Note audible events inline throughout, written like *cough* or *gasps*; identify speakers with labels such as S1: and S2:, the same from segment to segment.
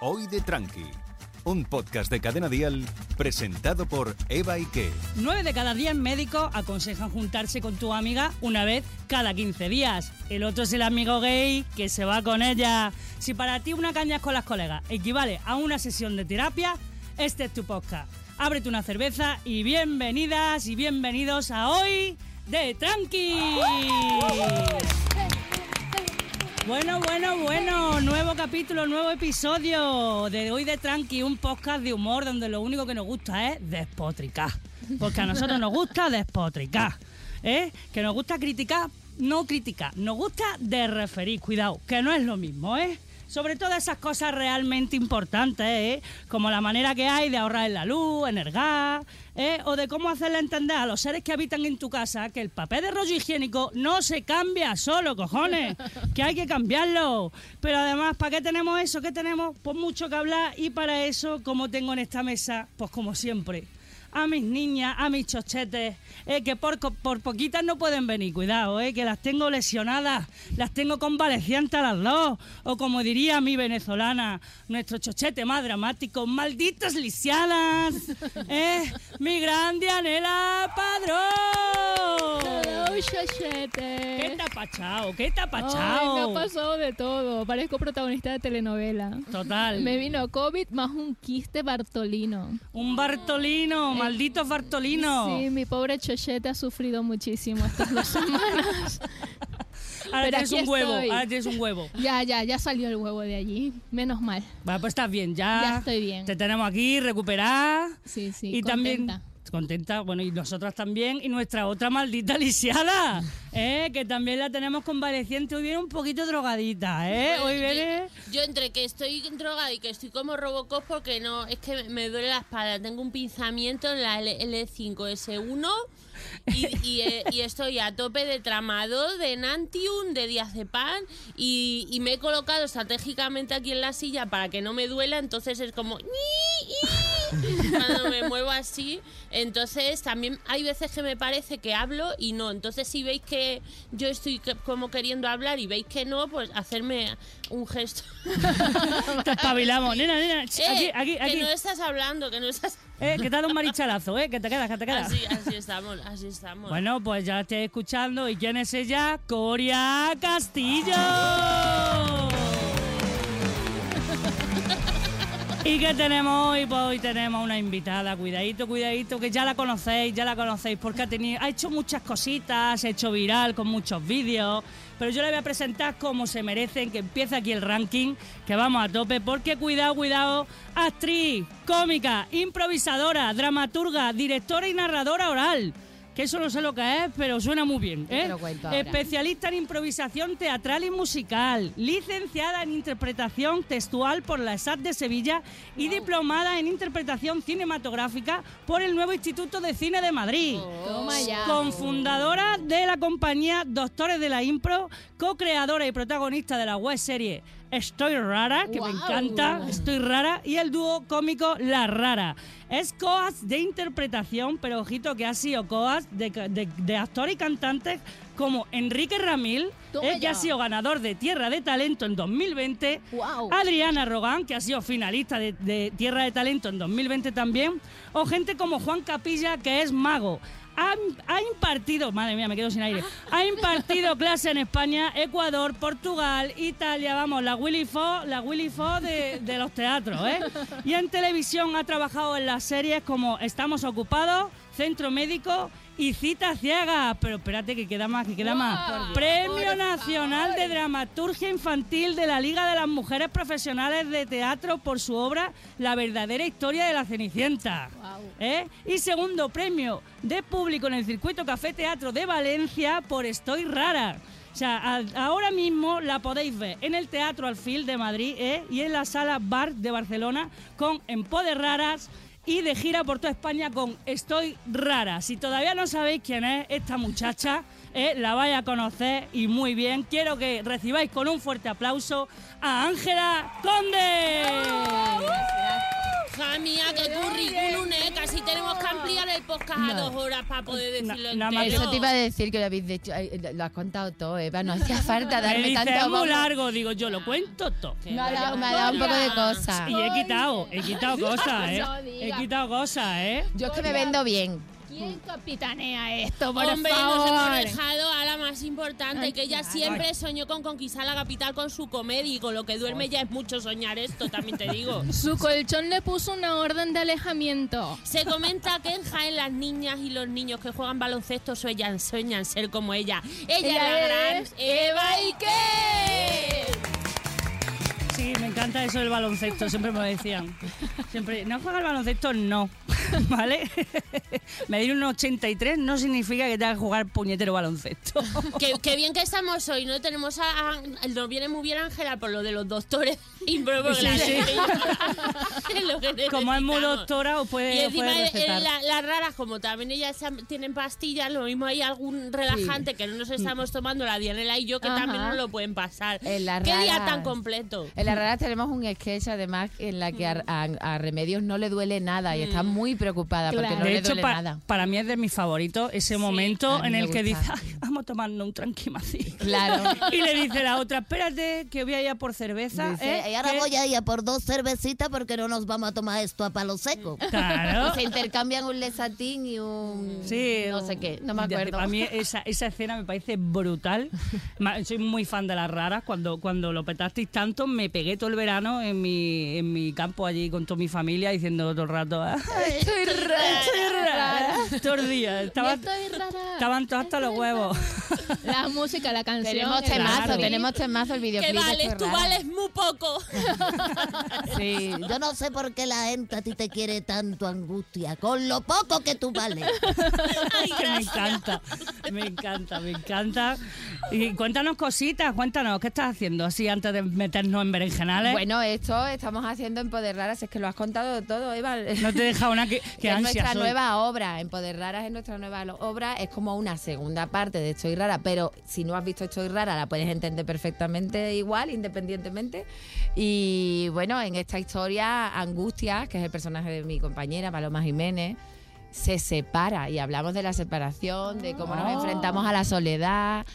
S1: Hoy de Tranqui, un podcast de Cadena Dial presentado por Eva Ike.
S2: 9 de cada 10 médicos aconsejan juntarse con tu amiga una vez cada 15 días. El otro es el amigo gay que se va con ella. Si para ti una caña con las colegas equivale a una sesión de terapia, este es tu podcast. Ábrete una cerveza y bienvenidas y bienvenidos a Hoy de Tranqui. Bueno, bueno, bueno, nuevo capítulo, nuevo episodio de hoy de Tranqui, un podcast de humor donde lo único que nos gusta es despotricar. Porque a nosotros nos gusta despotricar, ¿eh? Que nos gusta criticar, no criticar, nos gusta de referir, cuidado, que no es lo mismo, ¿eh? Sobre todo esas cosas realmente importantes, ¿eh? Como la manera que hay de ahorrar en la luz, en el gas, ¿eh? O de cómo hacerle entender a los seres que habitan en tu casa que el papel de rollo higiénico no se cambia solo, cojones, que hay que cambiarlo. Pero además, ¿para qué tenemos eso? ¿Qué tenemos? Pues mucho que hablar y para eso, como tengo en esta mesa, pues como siempre, a mis niñas, a mis chochetes, eh, que por, co- por poquitas no pueden venir, cuidado, eh, que las tengo lesionadas, las tengo convalecientes a las dos, o como diría mi venezolana, nuestro chochete más dramático, malditas lisiadas, *laughs* eh, mi gran Dianela Padrón.
S3: Hello, Xochete.
S2: ¿Qué tapachao? ¿Qué
S3: Ay, me ha
S2: tapachao?
S3: pasado de todo. Parezco protagonista de telenovela.
S2: Total.
S3: Me vino COVID más un quiste Bartolino.
S2: Un Bartolino, maldito Bartolino.
S3: Sí, mi pobre Chochete ha sufrido muchísimo estas *laughs* dos semanas.
S2: ahora
S3: pero
S2: tienes
S3: aquí
S2: un huevo,
S3: estoy.
S2: ahora tienes un huevo.
S3: Ya, ya, ya salió el huevo de allí. Menos mal.
S2: Vale, pues estás bien, ya.
S3: Ya estoy bien.
S2: Te tenemos aquí, recuperada.
S3: Sí, sí.
S2: y también.
S3: contenta.
S2: Contenta, bueno, y nosotras también, y nuestra otra maldita lisiada,
S3: *laughs*
S2: ¿eh? que también la tenemos convaleciente, hoy viene un poquito drogadita, ¿eh?
S4: Pues, yo-
S2: hoy
S3: *laughs*
S2: viene...
S4: Yo entre que estoy drogada y que estoy como Robocop porque no, es que me duele la espalda. Tengo un pinzamiento en la L5S1 y, y, eh, y estoy a tope de tramador, de Nantium, de diazepam y, y me he colocado estratégicamente aquí en la silla para que no me duela, entonces es como... "Ni, i", Cuando me muevo así, entonces también hay veces que me parece que hablo y no. Entonces si veis que yo estoy que- como queriendo hablar y veis que no, pues hacerme un gesto.
S2: Te espabilamos, nena, nena, ch,
S4: Eh,
S2: *laughs* aquí, aquí, aquí.
S4: Que no estás hablando, que no estás.
S2: Eh, que te ha dado un marichalazo, ¿eh? que te quedas, que te quedas.
S4: Así, así estamos, así estamos.
S2: Bueno, pues ya la estoy escuchando. ¿Y quién es ella? Coria Castillo. ¿Y qué tenemos hoy? Pues hoy tenemos una invitada, cuidadito, cuidadito, que ya la conocéis, ya la conocéis, porque ha, tenido, ha hecho muchas cositas, se ha hecho viral con muchos vídeos, pero yo la voy a presentar como se merecen, que empieza aquí el ranking, que vamos a tope, porque cuidado, cuidado, actriz, cómica, improvisadora, dramaturga, directora y narradora oral. Que eso no sé lo que es, pero suena muy bien. ¿eh?
S5: te lo cuento ahora.
S2: Especialista en improvisación teatral y musical, licenciada en interpretación textual por la ESAT de Sevilla y diplomada en interpretación cinematográfica por el nuevo Instituto de Cine de Madrid.
S5: Oh.
S3: Toma ya.
S2: Confundadora de la compañía Doctores de la Impro, co-creadora y protagonista de la web serie Estoy Rara, que me
S3: Guau.
S2: encanta, Estoy Rara, y el dúo cómico La Rara. Es coas de interpretación, pero ojito que ha sido coas de, ca- de- de actor y cantantes como Enrique Ramil,
S3: Toma
S2: eh, que
S3: ya.
S2: ha sido ganador de Tierra de Talento en 2020,
S3: Guau.
S2: Adriana Rogán, que ha sido finalista de, de Tierra de Talento en 2020 también, o gente como Juan Capilla, que es mago. Ha, ha impartido, madre mía, me quedo sin aire,
S3: Ah.
S2: ha impartido clase en España, Ecuador, Portugal, Italia, vamos, la Willy Fo, la Willy Fo de, de los teatros, ¿eh? Y en televisión ha trabajado en las series como Estamos Ocupados, Centro Médico y Cita Ciega. Pero espérate que queda más, que queda más. Premio Nacional de Dramaturgia Infantil de la Liga de las Mujeres Profesionales de Teatro por su obra La verdadera historia de la Cenicienta.
S3: Guau.
S2: ¿Eh? Y segundo premio de público en el circuito Café Teatro de Valencia por Estoy Rara. O sea, al- ahora mismo la podéis ver en el Teatro Alfil de Madrid ¿eh? y en la Sala Bar de Barcelona con Empoder Raras y de gira por toda España con Estoy Rara. Si todavía no sabéis quién es esta muchacha, ¿eh? la vais a conocer y muy bien. Quiero que recibáis con un fuerte aplauso a Ángela Conde.
S5: Gracias, gracias.
S4: hija mía, qué currículum, ¿eh? Casi tenemos que ampliar el podcast a dos horas para poder decirlo
S2: no,
S4: entero.
S5: Eso te iba a decir que lo habéis dicho, ay, eh, lo has contado todo, Eva. No *laughs* hacía falta
S2: Me
S5: darme
S2: dice,
S5: tanto
S2: es muy
S5: bombo".
S2: largo, digo, yo lo cuento todo.
S5: Me ha dado, me ha dado un poco de cosa.
S2: Y he quitado, he quitado cosas, ¿eh?
S3: No digas.
S2: He quitado cosas, ¿eh?
S5: Yo es que me vendo bien.
S3: ¿Quién capitanea esto, por
S4: Hombre, nos
S3: favor?
S4: hemos dejado a la más importante, que ella siempre soñó con conquistar la capital con su comedia y con lo que duerme ya es mucho soñar esto, también te digo.
S3: Su colchón le puso una orden de alejamiento.
S4: Se comenta que en Jaén las niñas y los niños que juegan baloncesto sueñan, sueñan ser como ella. Ella,
S3: Ella
S4: es la gran Eva Ike.
S2: Sí, me encanta eso del baloncesto, siempre me lo decían. Siempre, ¿no juega al baloncesto? No. *laughs* ¿Vale? *laughs* Medir un 83 no significa que tengas que jugar puñetero baloncesto.
S4: Qué, qué bien que estamos hoy, ¿no? Tenemos a, a- Nos viene muy bien Ángela por lo de los doctores. *laughs* Y por- por
S2: Sí,
S4: la-
S2: sí.
S4: *laughs* es lo que
S2: Como es muy
S4: necesitamos.
S2: doctora, os
S4: Y
S2: puede, os
S4: encima
S2: puede
S4: eh,
S2: recetar.
S4: la- las raras, como también ellas se han- tienen pastillas, lo mismo hay algún relajante que no nos estamos tomando, la Dianela y yo, que
S5: Mm. Ajá.
S4: también nos lo pueden pasar.
S5: En las
S4: ¿Qué día
S5: raras.
S4: tan completo?
S5: En las raras tenemos un sketch además en la que a, a- a Remedios no le duele nada y está muy preocupada porque
S3: Claro.
S5: no
S2: de
S5: le
S2: hecho,
S5: duele
S2: pa-
S5: nada.
S2: para mí es de mis favoritos ese
S5: a
S2: momento
S5: mí
S2: en
S5: me
S2: el que dice,
S5: gusta.
S2: "Ay, vamos a tomarnos un tranquimací.
S5: *laughs* Claro.
S2: *laughs* Y le dice la otra, espérate, que voy a ir a por cerveza.
S6: Dice,
S2: ¿eh?
S6: y ahora
S2: que-".
S6: voy a ir a por dos cervecitas porque no nos vamos a tomar esto a palo seco.
S2: Claro.
S5: Se intercambian un lesatín y un
S2: Sí,
S5: no
S2: un-
S5: sé qué, no me
S2: de-
S5: acuerdo.
S2: A mí esa, esa escena me parece
S5: *laughs*
S2: brutal. Ma- Soy muy fan de las raras. Cuando, cuando lo petasteis tanto, me pegué todo el verano en mi, en mi campo allí con toda mi familia diciendo todo el rato. "Ah, "Ay,
S5: Estoy rara.
S2: soy rara". Todos los días. Estaban,
S3: Estoy rara.
S2: estaban todos hasta los
S5: *laughs*
S2: huevos.
S3: La música, la canción.
S5: Tenemos
S3: el
S5: temazo,
S3: videoclip.
S5: tenemos temazo el
S4: Que
S5: videoclip. de este
S4: vales,
S5: Estoy
S4: tú
S5: rara.
S4: vales muy
S5: *laughs*
S4: poco.
S5: Sí.
S6: Yo no sé por qué la gente a ti te quiere tanto angustia, con lo poco que tú vales.
S2: *laughs* que me encanta. Me encanta, me encanta. Y cuéntanos cositas, cuéntanos, ¿qué estás haciendo así antes de meternos en berenjenales?
S5: Bueno, esto estamos haciendo en Poder Raras, es que lo has contado todo, Eva.
S2: No te deja una que,
S5: *laughs*
S2: que
S5: es
S2: ansia.
S5: nuestra
S2: soy.
S5: nueva obra, Empoder Raras es nuestra nueva lo- obra, es como una segunda parte de Estoy Rara, pero si no has visto Estoy Rara la puedes entender perfectamente igual, independientemente. Y bueno, en esta historia, Angustia, que es el personaje de mi compañera Paloma Jiménez, se separa y hablamos de la separación, de cómo nos
S2: Ah.
S5: enfrentamos a la soledad.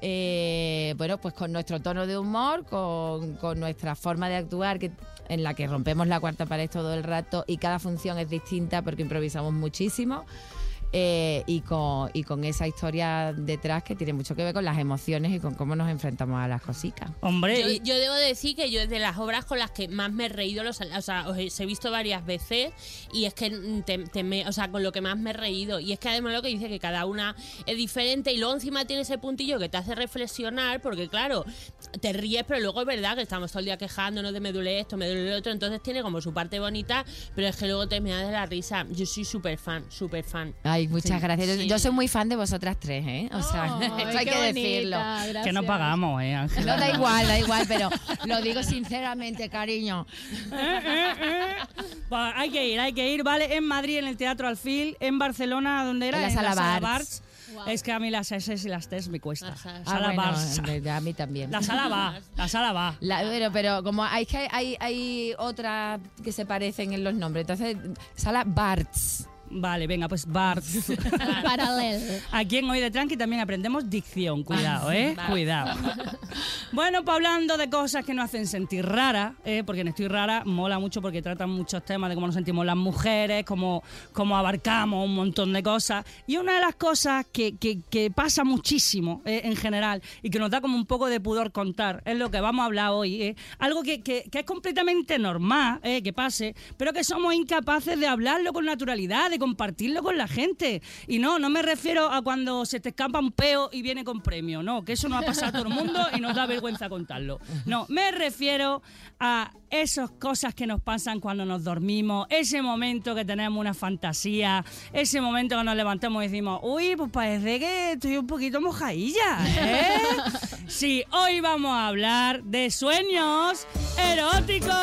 S5: eh, bueno, pues con nuestro tono de humor, con, con nuestra forma de actuar, que, en la que rompemos la cuarta pared todo el rato y cada función es distinta porque improvisamos muchísimo. eh, y, con, y con esa historia detrás que tiene mucho que ver con las emociones y con cómo nos enfrentamos a las cositas.
S2: Hombre,
S4: Yo,
S2: y-
S4: yo debo decir que yo es de las obras con las que más me he reído, los, o sea, os he visto varias veces y es que mm, te, te me- o sea, con lo que más me he reído. Y es que además lo que dice que cada una es diferente y luego encima tiene ese puntillo que te hace reflexionar porque claro, te ríes, pero luego es verdad que estamos todo el día quejándonos de me duele esto, me duele lo otro, entonces tiene como su parte bonita, pero es que luego te me da de la risa. Yo soy súper fan, súper fan.
S5: Ay, muchas gracias. Yo-
S4: sí.
S5: Yo soy muy fan de vosotras tres, ¿eh? O sea, *laughs*
S3: Ay,
S5: eso hay
S3: qué
S5: que
S3: bonita,
S5: decirlo.
S2: que no
S3: gracias.
S2: pagamos, *laughs* ¿eh, Ángela?
S5: No da igual, da igual, pero lo digo sinceramente, cariño.
S2: Pues hay que ir, hay que ir, ¿vale? En Madrid, en el Teatro Alfil, en Barcelona, ¿dónde era?
S5: En la Sala Barts.
S2: Barts. Es que a mí las S y las T's me cuesta.
S4: Ajá.
S5: Ah,
S2: Sala
S5: bueno,
S2: Barts.
S5: de- a mí también.
S2: La sala va, la sala va.
S5: La- bueno, pero como hay que hay, hay otras que se parecen en los nombres, entonces sala Barts.
S2: Vale, venga, pues Barts.
S5: *laughs*
S3: Paralel.
S2: Aquí en Hoy de Tranqui también aprendemos dicción, cuidado, ¿eh?
S4: Barts.
S2: Cuidado. Bueno, pues hablando de cosas que nos hacen sentir rara, ¿eh? porque en Estoy Rara mola mucho porque tratan muchos temas de cómo nos sentimos las mujeres, cómo, cómo abarcamos un montón de cosas. Y una de las cosas que, que- que pasa muchísimo ¿eh? en general y que nos da como un poco de pudor contar es lo que vamos a hablar hoy. ¿eh? Algo que, que- que es completamente normal ¿eh? que pase, pero que somos incapaces de hablarlo con naturalidad, de compartirlo con la gente. Y no, no me refiero a cuando se te escapa un peo y viene con premio, no, que eso no ha pasado a todo el mundo y nos da vergüenza contarlo. No, me refiero a esas cosas que nos pasan cuando nos dormimos, ese momento que tenemos una fantasía, ese momento que nos levantamos y decimos, uy, pues parece que estoy un poquito mojadilla, ¿eh?". Sí, hoy vamos a hablar de sueños eróticos.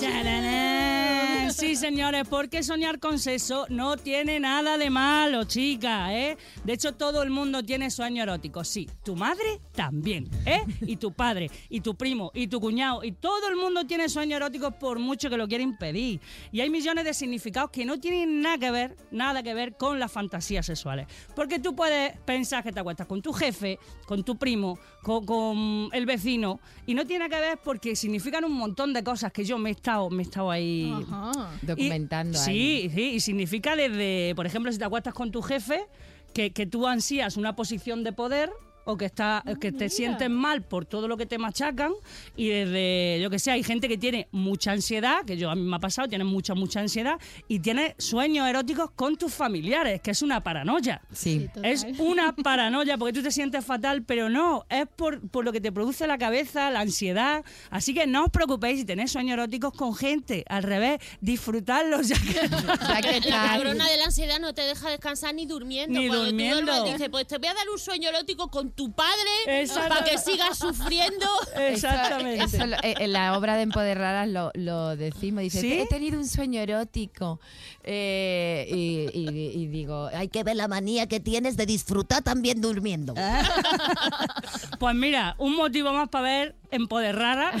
S2: Tararán. Sí, señores, porque soñar con sexo no tiene nada de malo, chica, ¿eh? De hecho, todo el mundo tiene sueño erótico, sí. Tu madre también, ¿eh? Y tu padre, y tu primo, y tu cuñado, y todo el mundo tiene sueño erótico por mucho que lo quiera impedir. Y hay millones de significados que no tienen nada que ver, nada que ver con las fantasías sexuales. Porque tú puedes pensar que te acuestas con tu jefe, con tu primo, co- con, el vecino, y no tiene que ver porque significan un montón de cosas que yo me he estado, me he estado ahí
S3: Ajá.
S2: y-
S5: documentando ahí.
S2: Sí, sí, y significa desde, por ejemplo, si te acuestas con tu jefe, que, que tú ansías una posición de poder o que, está,
S5: Ah,
S2: que te sientes mal por todo lo que te machacan y desde, yo que sé, hay gente que tiene mucha ansiedad, que yo a mí me ha pasado, tiene mucha, mucha ansiedad y tiene sueños eróticos con tus familiares, que es una paranoia.
S5: Sí.
S3: Total.
S2: Es una paranoia porque tú te sientes fatal, pero no, es por, por lo que te produce la cabeza, la ansiedad. Así que no os preocupéis si tenéis sueños eróticos con gente, al revés, disfrutadlos ya que... *laughs*
S5: Ya
S4: *laughs*
S5: que
S4: La
S5: está-
S4: cabrona de la ansiedad no te deja descansar ni durmiendo.
S2: Ni
S4: Cuando
S2: durmiendo.
S4: tú duermes, dice, pues te voy a dar un sueño erótico con tu padre
S2: Exacto.
S4: para que sigas
S2: *laughs*
S4: sufriendo.
S5: Eso-
S2: Exactamente.
S5: eso lo- eh, en la obra de Empoderadas lo, lo decimos. Dice,
S2: ¿Sí?
S5: he tenido un sueño erótico. Eh, y, y- y digo,
S6: Hay que ver la manía que tienes de disfrutar también durmiendo.
S5: Ah,
S2: Pues mira, un motivo más para ver Empoder Rara,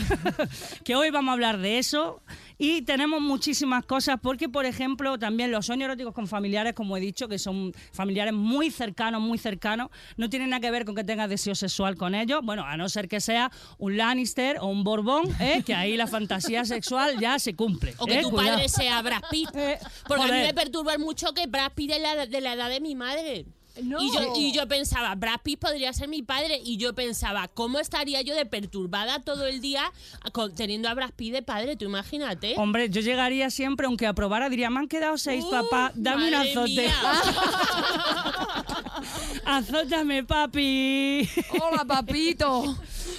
S2: que hoy vamos a hablar de eso. Y tenemos muchísimas cosas, porque por ejemplo, también los sueños eróticos con familiares, como he dicho, que son familiares muy cercanos, muy cercanos, no tienen nada que ver con que tengas deseo sexual con ellos. Bueno, a no ser que sea un Lannister o un Borbón, ¿eh? que ahí la fantasía sexual ya se cumple.
S4: O que
S2: ¿eh?
S4: tu
S2: Cuidado.
S4: padre sea Brad Pitt.
S2: Eh,
S4: Porque a mí
S2: joder.
S4: me perturba mucho que Brad Pitt es la- de la edad de mi madre.
S3: No.
S4: Y, yo, y yo pensaba, Brad Pitt podría ser mi padre. Y yo pensaba, ¿cómo estaría yo de perturbada todo el día con- teniendo a Brad Pitt de padre? Tú imagínate.
S2: Hombre, yo llegaría siempre, aunque aprobara, diría, me han quedado seis,
S4: Uh,
S2: papá, dame un
S4: madre
S2: azote.
S4: mía.
S2: *laughs* Azótame, papi.
S5: hola papito.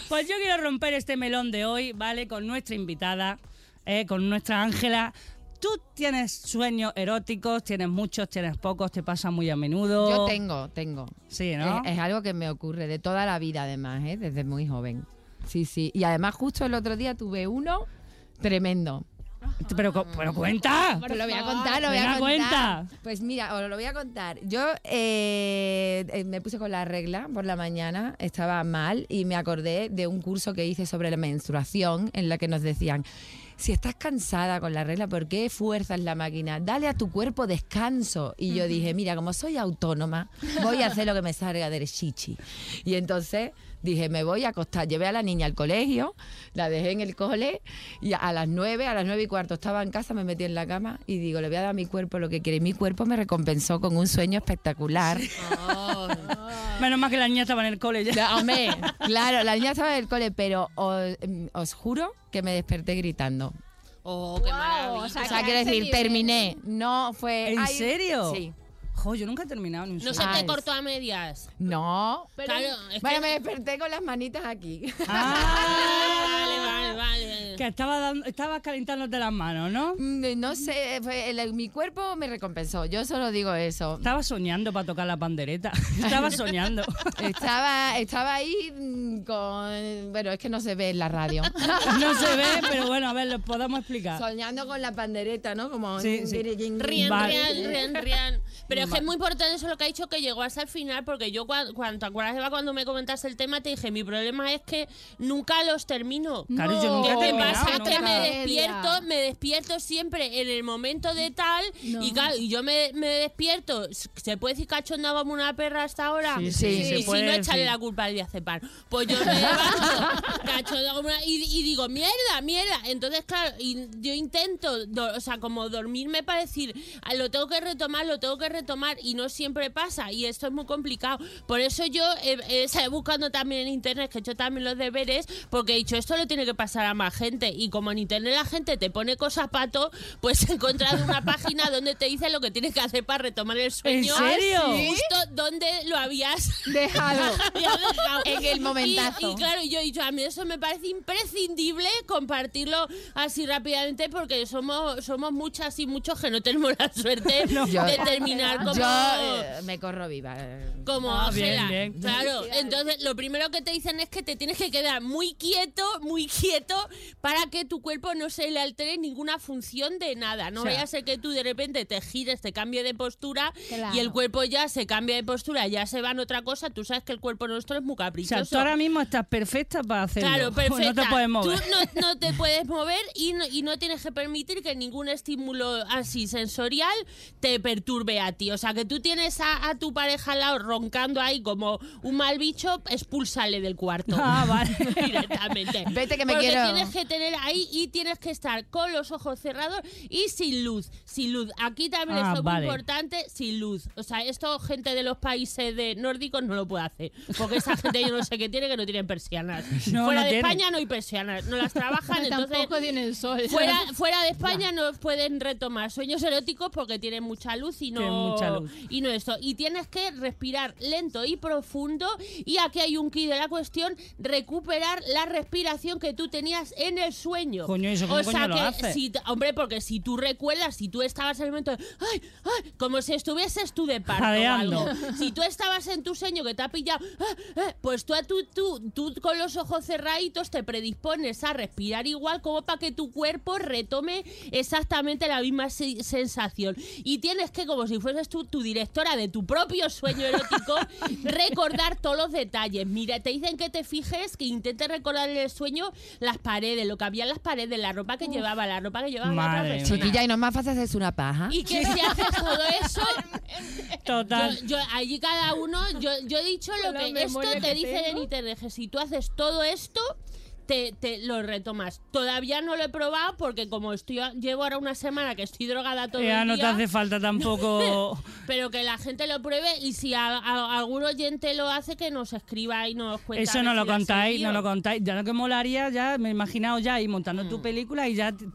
S2: Pues yo quiero romper este melón de hoy, ¿vale? Con nuestra invitada, eh, con nuestra Ángela. Tú tienes sueños eróticos, tienes muchos, tienes pocos, te pasa muy a menudo.
S5: Yo tengo, Eh, tengo.
S2: Sí, ¿no?
S5: Es, es algo que me ocurre de toda la vida, además, ¿eh? desde muy joven. Sí, sí. Y además, justo el otro día tuve uno tremendo.
S2: Pero, cu- pero cuenta.
S5: Pero lo voy a contar, lo voy
S2: Venga,
S5: a contar.
S2: cuenta.
S5: Pues mira, os lo voy a contar. Yo eh, eh, me puse con la regla por la mañana, estaba mal y me acordé de un curso que hice sobre la menstruación en la que nos decían, si estás cansada con la regla, ¿por qué fuerzas la máquina? Dale a tu cuerpo descanso. Y yo dije, mira, como soy autónoma, voy a hacer lo que me salga del chichi. Y entonces dije, me voy a acostar. Llevé a la niña al colegio, la dejé en el cole y a las nueve, a las nueve y cuarto estaba en casa, me metí en la cama y digo, le voy a dar a mi cuerpo lo que quiere. Y mi cuerpo me recompensó con un sueño espectacular.
S2: Menos mal que la niña estaba en el cole ya.
S5: La- hombre, claro, la niña estaba en el cole, pero os, mm, os juro que me desperté gritando.
S4: Oh, qué maravilla.
S3: o sea,
S5: O sea, quiero
S3: ese
S5: decir,
S3: nivel.
S5: terminé. No fue...
S2: ¿En
S5: ay,
S2: serio?
S5: Sí.
S2: Jo, yo nunca he terminado ni un
S4: no
S2: sueño.
S4: se
S5: Ah,
S4: te
S5: es-
S4: cortó a medias.
S5: No.
S4: claro, es
S5: Bueno,
S4: que...
S5: me desperté con las manitas aquí.
S2: Ah,
S4: Vale, vale, vale.
S2: que estaba, dando, estaba calentándote las manos, ¿no?
S5: Mm, *laughs* No sé, fue el- mi cuerpo me recompensó. Yo solo digo eso.
S2: Estaba soñando para tocar la pandereta. *laughs* Estaba
S5: *laughs*
S2: soñando.
S5: Estaba, estaba ahí mm, con. Bueno, es que no se ve en
S2: *laughs*
S5: la radio.
S2: No se ve, pero bueno, a ver, lo podemos explicar.
S5: Soñando con la pandereta, ¿no? Como.
S2: Sí, sí.
S4: Rían,
S2: Vale.
S4: rían, rían, rían. Pero es que es muy importante eso lo que ha dicho que llegó hasta el final, porque yo cuando, cuando te acuerdas Eva, cuando me comentaste el tema, te dije, mi problema es que nunca los termino.
S2: Claro, yo
S3: No.
S2: nunca he
S4: ¿Qué
S3: te
S4: te
S2: terminado,
S4: pasa?
S3: no,
S4: Que
S3: no.
S4: me
S3: Tragedia.
S4: despierto, me despierto siempre en el momento de tal y claro, y yo me, me despierto. ¿Se puede decir cachonda como una perra hasta ahora?
S2: Sí, sí,
S5: Sí. se
S4: Y
S2: puede
S4: si no, echarle
S2: decir.
S4: la culpa al diazepam. Pues yo me levanto cachonda como una... Y, y digo, mierda, mierda. Entonces, claro, y yo intento, do- o sea, como dormirme para decir, "Ah, lo tengo que retomar, lo tengo que retomar y no siempre pasa. Y esto es muy complicado. Por eso yo eh, eh, estaba buscando también en internet, que he hecho también los deberes, porque he dicho, esto le tiene que pasar a más gente. Y como en internet la gente te pone cosas pato, pues he encontrado una página donde te dice lo que tienes que hacer para retomar el sueño.
S2: serio?
S4: Justo donde lo habías
S2: *laughs*
S5: Dejado.
S4: había *laughs* dejado.
S5: En el momentazo.
S4: Y, y claro, yo he dicho, a mí eso me parece imprescindible compartirlo así rápidamente porque somos, somos muchas y muchos que no tenemos la
S5: *laughs*
S4: suerte
S5: Yo-
S4: de terminar como...
S5: Yo eh, me corro viva. eh.
S4: Como
S2: Ah, bien,
S4: Ángela.
S2: bien.
S4: Claro, entonces lo primero que te dicen es que te tienes que quedar muy quieto, muy quieto, para que tu cuerpo no se le altere ninguna función de nada. No
S2: O sea-
S4: vaya a ser que tú de repente te gires, te cambie de postura y el
S3: Claro.
S4: cuerpo ya se cambia de postura, ya se va en otra cosa. Tú sabes que el cuerpo nuestro es muy
S2: O sea,
S4: caprichoso.
S2: tú ahora mismo estás perfecta para hacerlo.
S4: Claro,
S2: Pues
S4: perfecta.
S2: *laughs* No te puedes mover.
S4: Tú no, no te puedes mover y no, y no tienes que permitir que ningún estímulo así sensorial te perturbe a ti. O sea, que tú tienes a, a tu pareja al lado roncando ahí como un mal bicho, expúlsale del cuarto. *laughs*
S2: Ah, vale.
S4: Directamente.
S5: Vete que me
S4: Porque
S5: quiero-
S4: tienes que tener ahí y tienes que estar con los ojos cerrados y sin luz. Sin luz. Aquí también
S2: Ah,
S4: esto es
S2: vale.
S4: muy importante, sin luz. O sea, esto gente de los países de nórdicos no lo puede hacer. Porque esa gente yo no sé qué tiene, que no tienen persianas.
S2: *laughs* No,
S4: fuera
S2: no
S4: de
S2: tienen.
S4: España no hay persianas, no las trabajan, entonces
S3: *laughs* Tampoco tiene
S2: *laughs*
S3: el sol.
S4: fuera, fuera de España no pueden retomar sueños eróticos porque tienen mucha luz y
S2: Tienen
S4: no
S2: mucha luz.
S4: y no esto. Y tienes que respirar lento y profundo y aquí hay un key de la cuestión, recuperar la respiración que tú tenías en el sueño.
S2: Coño, ¿y eso cómo
S4: o sea
S2: coño lo
S4: que
S2: haces?
S4: si t- hombre, porque si tú recuerdas, si tú estabas en el momento de, ay, ay, como si estuvieses tú de parto
S2: Jadeando.
S4: o algo. Si tú estabas en tu sueño que te ha pillado, ah, ah, pues tú, a tú, tú, tú con los ojos cerraditos te predispones a respirar igual como para que tu cuerpo retome exactamente la misma se- sensación. Y tienes que, como si fueses tú tu directora de tu propio sueño
S2: *laughs*
S4: erótico, recordar todos los detalles. Mira, te dicen que te fijes, que intentes recordar en el sueño las paredes, lo que había en las paredes, la ropa que llevaba, la ropa que llevaba la
S2: Madre
S4: otra
S2: mía.
S4: persona.
S5: Chiquilla, y no es más fácil hacerse una paja.
S4: Y que si haces todo
S2: *laughs*
S4: eso,
S2: Total.
S4: eh, yo, yo- allí cada uno, yo, yo he dicho lo
S3: Con la
S4: que esto
S3: memoria
S4: te
S3: que
S4: dicen en
S3: tengo.
S4: internet, que si tú haces todo esto, te, te lo retomas. Todavía no lo he probado porque como estoy llevo ahora una semana que estoy drogada todo
S2: ya
S4: el
S2: Eh, ah, no te
S4: día,
S2: hace falta tampoco.
S4: *laughs* pero que la gente lo pruebe y si a, a- algún oyente lo hace, que nos escriba y nos cuente.
S2: Eso
S4: a ver
S2: no
S4: si
S2: lo
S4: ha
S2: contáis, no
S4: pues seguido. Mm.
S2: lo contáis. Ya lo que molaría, ya me he imaginado ya ahí montando tu película y ya, t-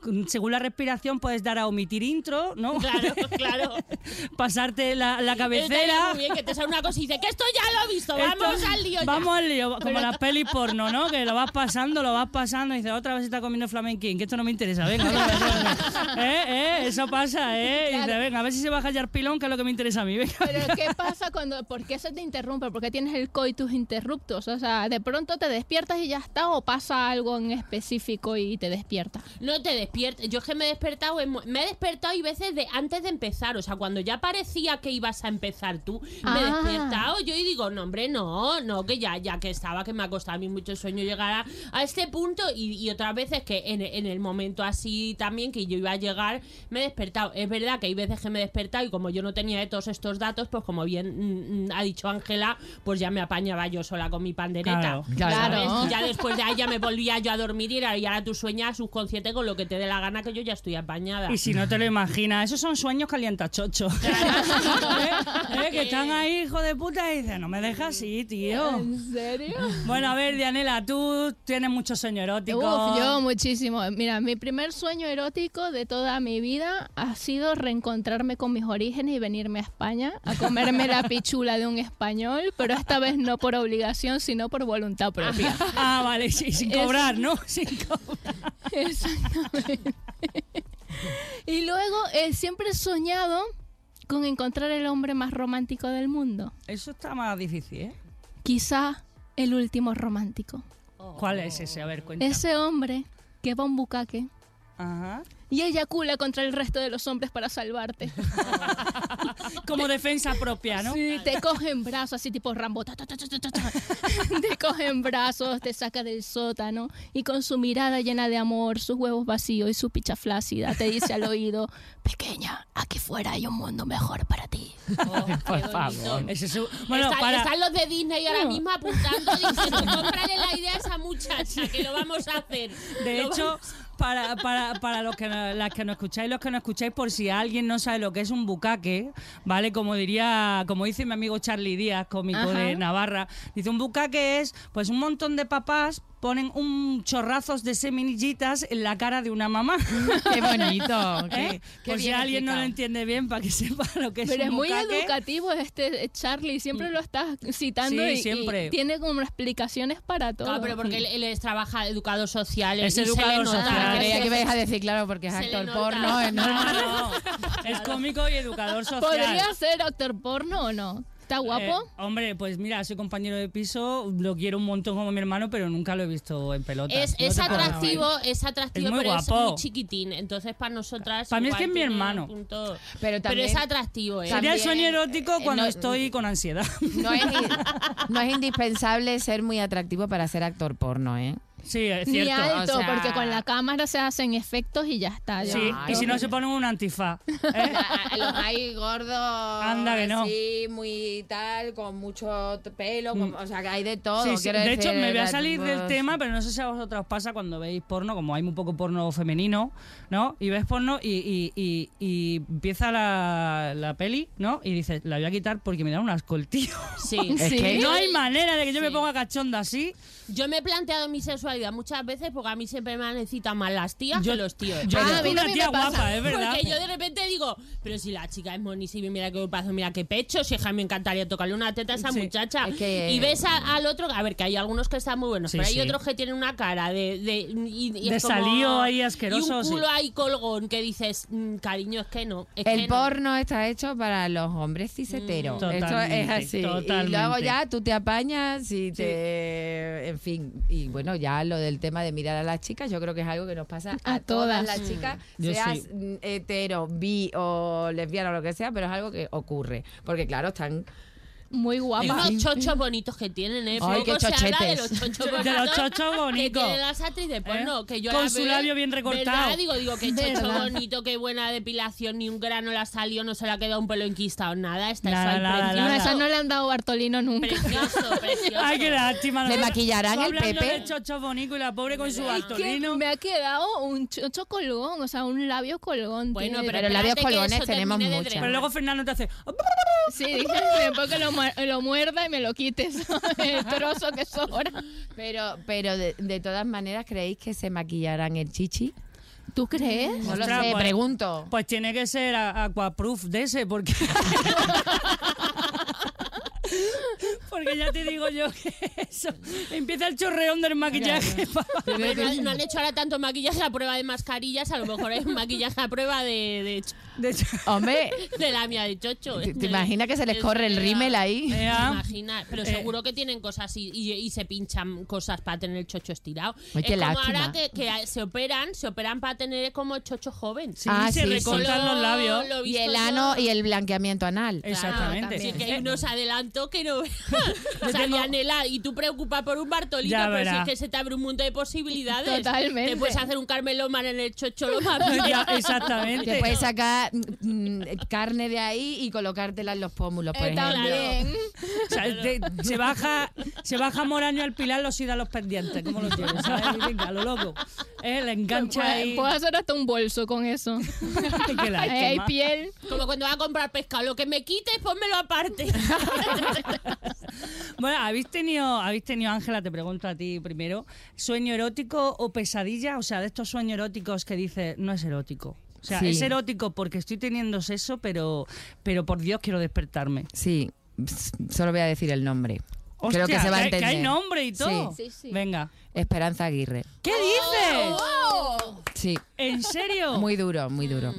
S2: con- según la respiración, puedes dar a omitir intro, ¿no?
S4: Claro, claro.
S2: *laughs* Pasarte la, la
S4: Estaría
S2: cabecera.
S4: Muy bien, que te sale una cosa y dice que esto ya lo he visto, vamos
S2: Esto-
S4: al lío. ya".
S2: Vamos al lío, como las pelis porno, ¿no? Que lo vas pasando, lo vas pasando y dices, otra vez está comiendo flamenquín, que esto no me interesa, venga, otra vez, otra vez. Eh, eh, eso pasa, ¿eh? Y dices, venga, a ver si se baja ya el pilón, que es lo que me interesa a mí, venga.
S3: Pero ¿qué pasa cuando, por qué se te interrumpe? ¿Por qué tienes el coitus interruptus? O sea, de pronto te despiertas y ya está o pasa algo en específico y te despiertas.
S4: No te despiertes. Yo es que me he despertado. en mo- Me he despertado y veces de antes de empezar. O sea, cuando ya parecía que ibas a empezar tú, me he
S3: Ah.
S4: despertado yo y digo, no, hombre, no, no, que ya, ya que estaba, que me ha costado a mí mucho sueño llegar a, a este punto. Y, y otras veces que en, en el momento así también que yo iba a llegar, me he despertado. Es verdad que hay veces que me he despertado y como yo no tenía de todos estos datos, pues como bien mm, mm, ha dicho Ángela, pues ya me apañaba yo sola con mi pandereta.
S2: Claro.
S5: Claro.
S4: ¿sabes? Y ya después de ahí ya me volvía yo a dormir y era- y ahora tú sueñas subconsciente con lo que te dé la gana que yo ya estoy apañada. *laughs*
S2: Y si no te lo imaginas, esos son sueños calientachochos. ¿Eh? ¿Eh? Que están ahí, hijo de puta, y dicen, no me dejas así, tío.
S3: serio?
S2: Bueno, a ver, Dianela, tú tienes mucho sueño erótico.
S3: Uf, yo muchísimo. Mira, mi primer sueño erótico de toda mi vida ha sido reencontrarme con mis orígenes y venirme a España a comerme la pichula de un español, pero esta vez no por obligación, sino por voluntad propia.
S2: Ah, vale, sí, sin
S3: Es-
S2: cobrar, ¿no? *laughs* Sin cobrar.
S3: *laughs* Exactamente. y luego eh, siempre he soñado con encontrar el hombre más romántico del mundo.
S2: Eso está más difícil, ¿eh?
S3: Quizá el último romántico.
S2: ¿Cuál es ese? A ver, cuéntame.
S3: Ese hombre que va a un bucaque
S2: Ajá.
S3: y eyacula contra el resto de los hombres para salvarte.
S2: Como defensa propia, ¿no?
S3: Sí, te cogen brazos así tipo Rambo. ta, ta, ta, ta, ta, *laughs* ta. te cogen brazos, te saca del sótano y con su mirada llena de amor, sus huevos vacíos y su picha flácida te dice al oído, pequeña, aquí fuera hay un mundo mejor para ti.
S5: Por favor.
S2: Ese es un- Bueno,
S4: Están-
S2: para...
S4: Están los de Disney ahora mismo apuntando diciendo, cómprale la idea a esa muchacha que lo vamos a hacer.
S2: De
S4: Lo
S2: hecho, para, para, para los que no, las que no escucháis, los que no escucháis, por si alguien no sabe lo que es un bucaque, ¿vale? Como diría, como dice mi amigo Charlie Díaz, cómico
S3: Ajá.
S2: de Navarra, dice un bucaque es pues un montón de papás ponen un chorrazos de semillitas en la cara de una mamá.
S5: *laughs* Qué bonito. Qué,
S2: *laughs* ¿eh?
S5: qué
S2: Por si
S5: bien
S2: alguien no lo
S5: explicado.
S2: entiende bien, para que sepa lo que *laughs*
S3: Pero
S2: es
S3: es
S2: un
S3: muy
S2: bucaque. Mm.
S3: educativo este eh, Charlie, siempre lo estás citando
S2: Sí,
S3: y, y
S2: siempre. Ah,
S3: tiene como explicaciones para todo.
S4: Claro, pero porque él, él es trabaja educador social.
S2: Es
S4: y se le
S2: educador
S4: nota.
S2: social.
S5: Ah, creía que ibais a decir, claro, porque es
S4: Se le
S5: actor
S4: nota.
S3: *laughs*
S5: porno, eh, es normal.
S2: No, no, es cómico y educador social.
S3: ¿Podría ser actor porno o no? ¿Está guapo?
S2: Eh, hombre, pues mira, soy compañero de piso, lo quiero un montón como mi hermano, pero nunca lo he visto en pelota.
S4: Es,
S2: No
S4: es
S2: te puedo
S4: atractivo, es atractivo,
S2: Es muy
S4: pero es
S2: guapo.
S4: muy chiquitín. Entonces, para nosotras.
S2: Para mí es que
S4: igual
S2: es mi
S4: tiene
S2: hermano.
S4: un punto-
S5: Pero también-
S4: es atractivo, ¿eh?
S2: Sería el
S5: También,
S2: sueño erótico
S5: eh,
S2: cuando
S5: no-
S2: estoy con ansiedad. *laughs*
S5: No es, no es indispensable ser muy atractivo para ser actor porno, ¿eh?
S2: sí, es
S3: Ni
S2: cierto.
S3: alto,
S5: o sea-
S3: porque con la cámara se hacen efectos y ya está. ya.
S2: Sí, y si no se ponen un antifaz.
S5: *laughs*
S2: ¿eh?
S5: Los hay gordos,
S2: Anda que no. Mm.
S5: así, muy tal, con mucho t- pelo, con- o sea, que hay de todo.
S2: Sí, sí.
S5: quiero
S2: De
S5: decir,
S2: hecho, me voy a
S5: la-
S2: salir del
S5: pues,
S2: tema, pero no sé si a vosotros os pasa cuando veis porno, como hay muy poco porno femenino, ¿no? Y ves porno y, y- y- y empieza la, la peli, ¿no? Y dices, la voy a quitar porque me da un asco el tío.
S4: Sí.
S5: Es
S3: Sí.
S2: *laughs*
S5: que
S2: No hay manera de que yo me
S4: Sí.
S2: ponga cachonda así.
S4: Yo me he planteado mi sexualidad muchas veces porque a mí siempre me han necesitado más las tías
S2: Yo-
S4: que los tíos. Ah,
S2: Yo
S3: Ah,
S2: eres
S3: a mí
S2: una
S3: también
S2: tía
S3: me pasa.
S2: guapa, es verdad.
S4: Porque yo de repente digo, pero si la chica es monísima, mira qué paso, mira qué pecho, si hija, me encantaría tocarle una teta a esa
S2: Sí.
S4: muchacha.
S5: Es que-
S4: Y ves a- al otro, a ver, que hay algunos que están muy buenos,
S2: Sí,
S4: pero hay
S2: sí.
S4: otros que tienen una cara de. de, y, y
S2: De
S4: es como-
S2: salío ahí asqueroso,
S4: Y un
S2: sí.
S4: culo ahí colgón que dices, "Mm, cariño, es que no. es
S5: El
S4: que no".
S5: porno está hecho para los hombres ciseteros.
S2: Mm,
S5: Esto es
S2: totalmente,
S5: así. Y luego
S2: totalmente.
S5: ya tú te apañas y te. En fin. Y bueno, ya lo del tema de mirar a las chicas, yo creo que es algo que nos pasa a,
S3: A
S5: todas.
S3: todas.
S5: las chicas,
S2: Yo
S5: seas
S2: sí.
S5: mm, hetero, bi o lesbiana o lo que sea, pero es algo que ocurre. Porque claro, están.
S3: Muy
S4: Y
S3: guapa.
S4: unos chochos bonitos que tienen, ¿eh?
S5: Ay,
S4: Poco
S5: qué
S4: se habla de
S5: chochetes.
S4: los chochos
S2: *laughs* De los chochos
S4: Que
S2: bonitos.
S4: tienen las actrices porno.
S2: ¿Eh?
S4: Que yo
S2: Con
S4: las
S2: su
S4: veo,
S2: labio bien recortado.
S4: ¿verdad? Digo, digo,
S2: *laughs*
S4: qué chocho
S3: Verdad.
S4: bonito, qué buena depilación, ni un grano la salió, no se le ha quedado un pelo enquistado, nada. Está
S2: Nada,
S4: eso
S2: nada,
S3: No,
S2: nada.
S4: precioso.
S3: esa no le han dado Bartolino nunca.
S2: *laughs*
S3: *laughs*
S4: Precioso, precioso.
S2: Ay, qué lástima.
S5: ¿Le
S2: nosotros-
S5: maquillarán
S2: tú
S5: el
S2: hablando
S5: Pepe?
S2: de chocho bonito y la pobre con su
S3: Que
S2: bartolino.
S3: me ha quedado un chocho colgón, o sea, un labio colgón.
S4: Bueno,
S3: tiene.
S4: pero,
S5: Pero labios
S4: espérate que
S5: colones
S4: eso
S5: tenemos
S4: termine de
S5: muchas.
S2: Pero
S4: drenar.
S2: luego Fernando te hace... "Oh,
S3: Sí, dije, *laughs* después que lo, muer- lo muerda y me lo quites, *laughs* el trozo que sobra.
S5: Pero, pero de, de todas maneras, ¿creéis que se maquillarán el chichi?
S3: ¿Tú crees?
S5: No lo
S2: Ostras,
S5: sé,
S2: pues-
S5: pregunto.
S2: Pues tiene que ser a- aquaproof de ese, porque. *laughs* porque ya te digo yo que eso. Empieza el chorreón del maquillaje.
S4: Hombre, no, no han hecho ahora tanto maquillaje a prueba de mascarillas, a lo mejor es maquillaje a prueba de, de, cho-
S2: De hecho,
S5: Hombre,
S4: de la mía de chocho. *laughs* este,
S5: ¿te, te imaginas que se les corre el rímel ahí?
S2: Eh,
S4: ¿Te
S2: Ya.
S4: imaginas? Pero
S2: Eh.
S4: seguro que tienen cosas y, y- y se pinchan cosas para tener el chocho estirado.
S5: Ay, qué
S4: es como
S5: lástima.
S4: ahora que, que se operan, se operan para tener como chocho joven.
S2: sí,
S5: Ah,
S2: se
S5: sí,
S2: recortan
S4: Solo
S2: los labios.
S4: lo he
S5: Y
S4: visto
S5: el
S4: yo.
S5: ano y el blanqueamiento anal.
S2: Exactamente.
S4: Sí, que hay
S2: Eh,
S4: unos adelantos que
S2: *laughs*
S4: no. o sea,
S2: tengo-
S4: Dianela, y tú preocupas por un Bartolito,
S2: Ya
S4: pero si
S2: verá.
S4: es que se te abre un mundo de posibilidades.
S3: Totalmente.
S4: Te puedes hacer un Carmelo Mar en el chocho lo
S2: *laughs*
S4: más bien.
S2: ya,
S5: Te
S2: exactamente.
S5: puedes sacar mm, carne de ahí y colocártela en los pómulos, por
S3: Eh,
S5: ejemplo.
S3: también.
S2: O sea, te- se, baja, se baja Moraño al pilar, los ida los pendientes. ¿Cómo lo tienes? ¿Sabes? Venga, lo loco. Eh, Le engancha
S3: Puedes,
S2: ahí.
S5: Pues,
S3: puedes hacer hasta un bolso con
S2: *laughs*
S3: eso.
S2: Qué
S3: Ahí
S2: lástima.
S3: Hay piel.
S4: Como cuando vas a comprar pescado, lo que me quites, pónmelo
S2: *laughs*
S4: aparte.
S2: Bueno, ¿habéis tenido, habéis tenido, Ángela, te pregunto a ti primero, sueño erótico o pesadilla? O sea, de estos sueños eróticos que dices, no es erótico. O sea,
S5: Sí.
S2: es erótico porque estoy teniendo sexo, pero, pero por Dios quiero despertarme.
S5: Sí, s- solo voy a decir el nombre.
S2: Hostia,
S5: Creo que se va a
S2: hay-
S5: entender.
S2: hay nombre y todo.
S5: Sí.
S3: Sí, sí.
S2: Venga.
S5: Esperanza Aguirre.
S2: ¿Qué dices?
S5: Sí,
S2: ¿En serio?
S5: muy duro, muy duro.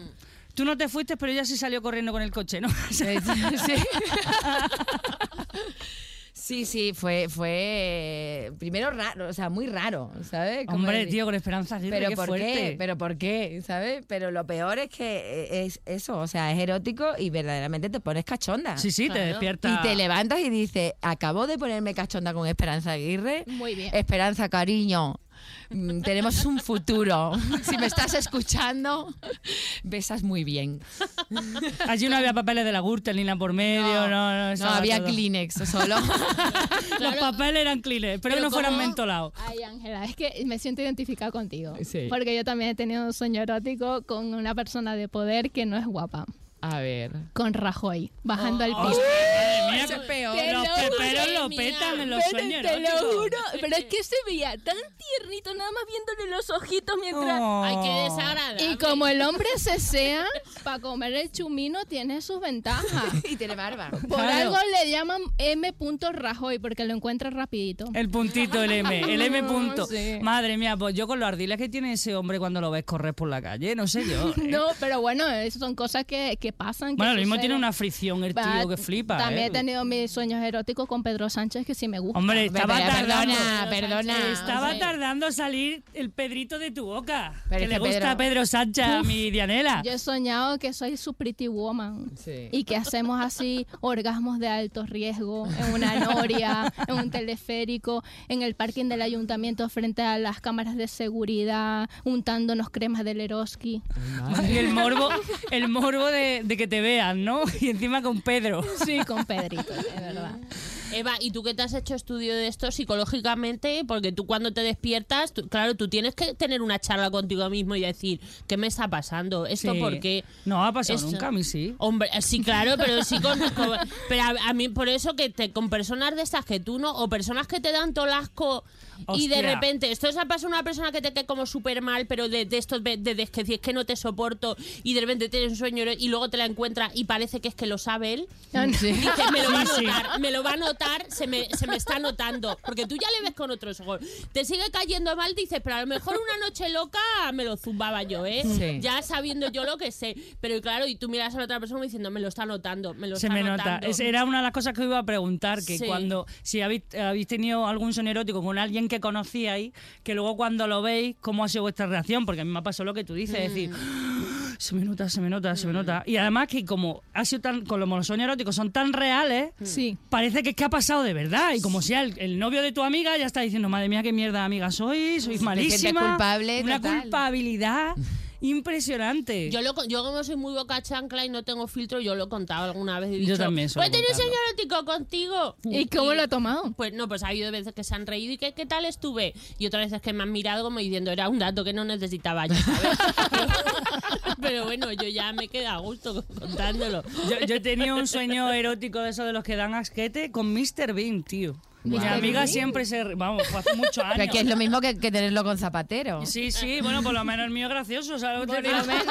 S2: Tú no te fuiste, pero ella sí salió corriendo con el coche, ¿no? *laughs* O sea,
S5: Eh, sí. *laughs* Sí, sí, fue, fue eh, primero raro, o sea, muy raro, ¿sabes? Como
S2: Hombre,
S5: el-
S2: tío, con Esperanza Aguirre,
S5: pero
S2: qué
S5: por
S2: fuerte.
S5: qué, pero por qué, ¿sabes? Pero lo peor es que eh, es eso, o sea, es erótico y verdaderamente te pones cachonda.
S2: sí, sí, te
S4: Claro.
S2: despierta.
S5: Y te levantas y dices, acabo de ponerme cachonda con Esperanza Aguirre.
S3: Muy bien.
S5: Esperanza, cariño, mm, tenemos
S2: *laughs*
S5: un futuro. Si me estás escuchando, besas muy bien.
S2: Allí no había papeles de la Gürtel ni nada por medio, no, no.
S5: No
S2: estaba
S5: había
S2: todo.
S5: Kleenex solo.
S2: *laughs* Los papeles eran clines, espero que
S4: Pero
S2: no fueran
S4: ¿cómo?
S2: mentolados.
S3: Ay, Ángela, es que me siento identificada contigo.
S5: Sí.
S3: Porque yo también he tenido un sueño erótico con una persona de poder que no es guapa.
S5: A ver.
S3: Con Rajoy, bajando al piso.
S2: Mira,
S5: es peor.
S3: Te
S2: Los
S3: lo
S2: peperos
S4: juro,
S2: lo
S4: mira.
S2: petan en los
S3: Pero
S2: sueños
S3: te lo
S2: eróticos.
S3: juro, pero es que se veía tan tiernito, nada más viéndole los ojitos mientras...
S2: Oh.
S4: Ay, qué desagradable.
S3: Y como el hombre
S2: *laughs*
S3: se sea, para comer el chumino tiene sus ventajas.
S5: Y tiene barba.
S3: Por
S2: Claro.
S3: algo le llaman M. Rajoy, porque lo encuentra rapidito.
S2: El puntito, el M, el M punto.
S3: Sí.
S2: Madre mía, pues yo con los ardiles que tiene ese hombre cuando lo ves correr por la calle, no sé yo. ¿eh?
S3: No, pero bueno, eso son cosas que, que pasan. que
S2: Bueno, lo mismo
S3: suceden.
S2: tiene una fricción el tío
S3: Va,
S2: que flipa.
S3: También
S2: ¿eh?
S3: he tenido mis sueños eróticos con Pedro Sánchez, que sí me gusta.
S2: Hombre, estaba
S5: Pero,
S2: tardando.
S5: Perdona, perdona.
S2: Estaba
S5: Hombre.
S2: tardando a salir el Pedrito de tu boca.
S5: Pero
S2: que
S5: es
S2: le
S5: que
S2: gusta a
S5: Pedro-
S2: Pedro Sánchez, a mi Dianela.
S3: Yo he soñado que soy su pretty woman.
S5: Sí.
S3: Y que hacemos así orgasmos de alto riesgo en una noria, en un teleférico, en el parking del ayuntamiento frente a las cámaras de seguridad, untándonos cremas de Leroski.
S2: Y el morbo, el morbo de, de que te vean, ¿no? *laughs* Y encima con Pedro.
S3: Sí, con Pedrito, de verdad.
S4: Eva, ¿y tú que te has hecho estudio de esto psicológicamente? Porque tú cuando te despiertas, tú- claro, tú tienes que tener una charla contigo mismo y decir, ¿qué me está pasando? ¿Esto
S2: Sí.
S4: por qué?
S2: No ha pasado
S4: Eso.
S2: nunca, a mí sí.
S4: Hombre, eh, sí, claro, pero sí
S2: *laughs*
S4: con... con- pero a, a mí por eso que te, con personas de estas que tú no, o personas que te dan tolasco y de
S2: Hostia.
S4: repente, esto es pasa una persona que te cae como súper mal, pero de, de estos, de, de- de que si es que no te soporto y de repente tienes un sueño y luego te la encuentras y parece que es que lo sabe él. Dice, me lo va a
S2: Sí, sí.
S4: notar, me lo va a notar, se me, se me está notando. Porque tú ya le ves con otros ojos. Te sigue cayendo mal, dices, pero a lo mejor una noche loca me lo zumbaba yo, ¿eh?
S5: Sí.
S4: Ya sabiendo yo lo que sé. Pero claro, y tú miras a la otra persona diciendo, me lo está notando, me lo
S2: Se
S4: está
S2: me nota.
S4: notando.
S2: Es- era una de las cosas que iba a preguntar, que
S4: Sí.
S2: cuando, si habéis, habéis tenido algún son erótico con alguien que conocíais, que luego cuando lo veis, ¿cómo ha sido vuestra reacción? Porque a mí me ha pasado lo que tú dices, es decir,
S4: Mm.
S2: "Ah, *gasps* se me nota, se me nota, se me nota. Y además que como ha sido tan, como los sueños eróticos son tan reales,
S4: Mm.
S3: Sí.
S2: parece que es que ha pasado de verdad. Y como sea el, el novio de tu amiga, ya está diciendo, madre mía, qué mierda de amiga soy, soy malísima.
S5: culpable,
S2: Una
S5: total.
S4: *laughs*
S2: culpabilidad impresionante.
S4: Yo, lo, co- yo como soy muy boca chancla y no tengo filtro, yo lo he contado alguna vez. y he
S2: Yo
S4: dicho,
S2: también suelo
S4: Pues tenía un
S2: contarlo.
S4: sueño erótico contigo.
S5: Mm.
S3: ¿Y cómo lo ha tomado?
S4: Pues no, pues ha habido veces que se han reído y que qué tal estuve. Y otras veces que me han mirado como diciendo era un dato que no necesitaba yo. ¿sabes? *laughs* Pero, pero bueno, yo ya me queda a gusto contándolo.
S2: Yo, yo tenía un sueño erótico de esos de los que dan asquete con Mr. Bean, tío. Mi amiga siempre se... ri- Vamos, fue hace muchos
S5: Pero
S2: años.
S5: es que es lo mismo que, que tenerlo con zapatero.
S2: Ah, Sí, sí, bueno, por lo menos el mío es gracioso, ¿sabes? lo que
S3: Por
S2: te digo?
S3: lo menos.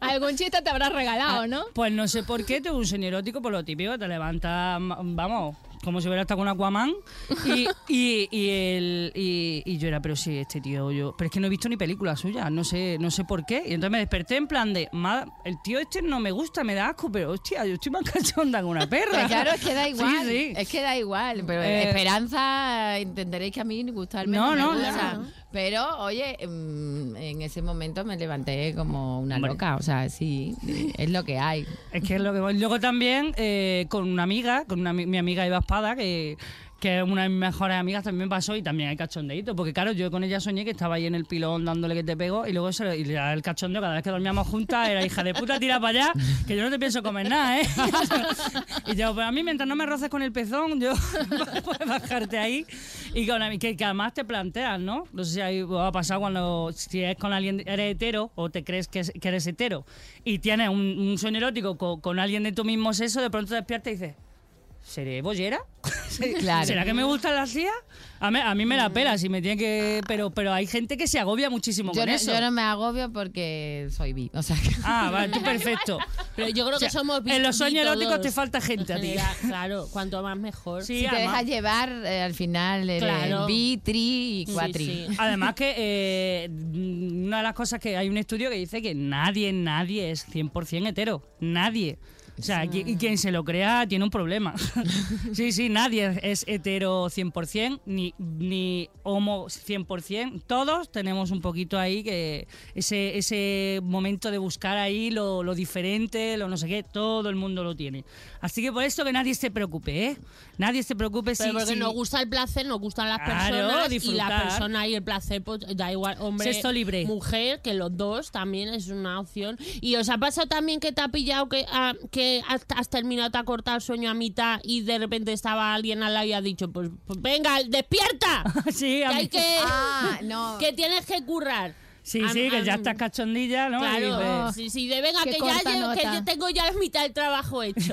S3: Algún chiste te habrás regalado, ¿no?
S2: Pues no sé por qué, tuve un sueño erótico, por lo típico, te levantas, ma- vamos, como si hubiera estado con Aquaman. Y, y, y, el- y- y yo era, pero sí, este tío, yo. Pero es que no he visto ni película suya, no sé, no sé por qué. Y entonces me desperté en plan de, "Ma- el tío este no me gusta, me da asco, pero hostia, yo estoy más *laughs* cachonda que una perra.
S5: Pero Pues claro, es que da igual.
S2: Sí, sí.
S5: Es que da igual. Pero
S2: Eh,
S5: Esperanza, entenderéis que a mí gustarme
S2: No,
S5: no,
S2: no,
S5: me gusta.
S2: claro.
S5: Pero, oye, mm, en ese momento me levanté como una
S2: Hombre.
S5: loca. O sea, sí, es lo que hay.
S2: Es que es lo que voy. Luego también eh, con una amiga, con una ami- mi amiga Eva Espada, que, que es una de mis mejores amigas, también me pasó y también hay cachondeito. Porque claro, yo con ella soñé que estaba ahí en el pilón dándole que te pego y luego se lo- y le daba el cachondeo cada vez que dormíamos juntas era hija de puta, tira para allá, que yo no te pienso comer nada, ¿eh? *laughs* y yo, pues a mí mientras no me roces con el pezón, yo *laughs* puedes bajarte ahí. Y con la- que, que además te planteas, ¿no? No sé si ahí os ha pasado cuando si es con alguien, eres hetero o te crees que, es- que eres hetero y tienes un, un sueño erótico co- con, alguien de tu mismo sexo, de pronto te despiertas y dices, ¿seré
S5: *laughs*
S2: bollera?
S5: Claro. Mm.
S2: ¿Será que me gustan las tías? A mí, a mí me la pela si me tiene que... Pero, pero hay gente que se agobia muchísimo
S5: Yo
S2: con
S5: no,
S2: eso.
S5: yo no me agobio porque soy bi. O sea, que-
S2: Ah, vale,
S5: *laughs*
S2: tú perfecto.
S4: Pero yo creo
S2: O sea,
S4: que somos
S2: en los sueños
S4: bichos
S2: eróticos te
S4: todos.
S2: falta gente a
S4: En
S2: ti.
S4: general, Claro, cuanto más mejor.
S2: Sí,
S5: si te
S2: además-
S5: dejas llevar, eh, al final eres
S4: Claro.
S5: bi, tri y
S4: Sí,
S5: cuatri.
S4: sí.
S2: Además que eh, mm, una de las cosas que hay un estudio que dice que nadie, nadie es 100% hetero. Nadie. O sea, qui- y quien se lo crea tiene un problema. *laughs* sí, sí, nadie es hetero 100%, ni, ni homo 100%. Todos tenemos un poquito ahí que ese, ese momento de buscar ahí lo, lo diferente, lo no sé qué, todo el mundo lo tiene. Así que por esto que nadie se preocupe, ¿eh? Nadie se preocupe
S4: Pero
S2: si...
S4: porque
S2: si-
S4: nos gusta el placer, nos gustan las
S2: Claro,
S4: personas y la
S2: disfrutar.
S4: persona y el placer, pues da igual, hombre,
S2: Sexo libre.
S4: mujer, que los dos también es una opción. Y os ha pasado también que te ha pillado que, ah, que has, has terminado, te ha cortado el sueño a mitad y de repente estaba alguien al lado y ha dicho, pues, pues venga, despierta,
S2: *laughs* sí,
S4: que
S2: *laughs* a mí-
S4: hay que,
S5: Ah, no.
S4: que tienes que currar.
S2: Sí,
S4: Am-
S2: sí, que ya
S4: am-
S2: estás cachondilla, ¿no? Y
S4: Claro,
S2: dices-
S4: sí, sí, de venga,
S3: Qué
S4: que ya,
S3: corta
S4: llevo- que
S3: nota.
S4: ya tengo ya la mitad del trabajo
S2: *laughs*
S4: hecho.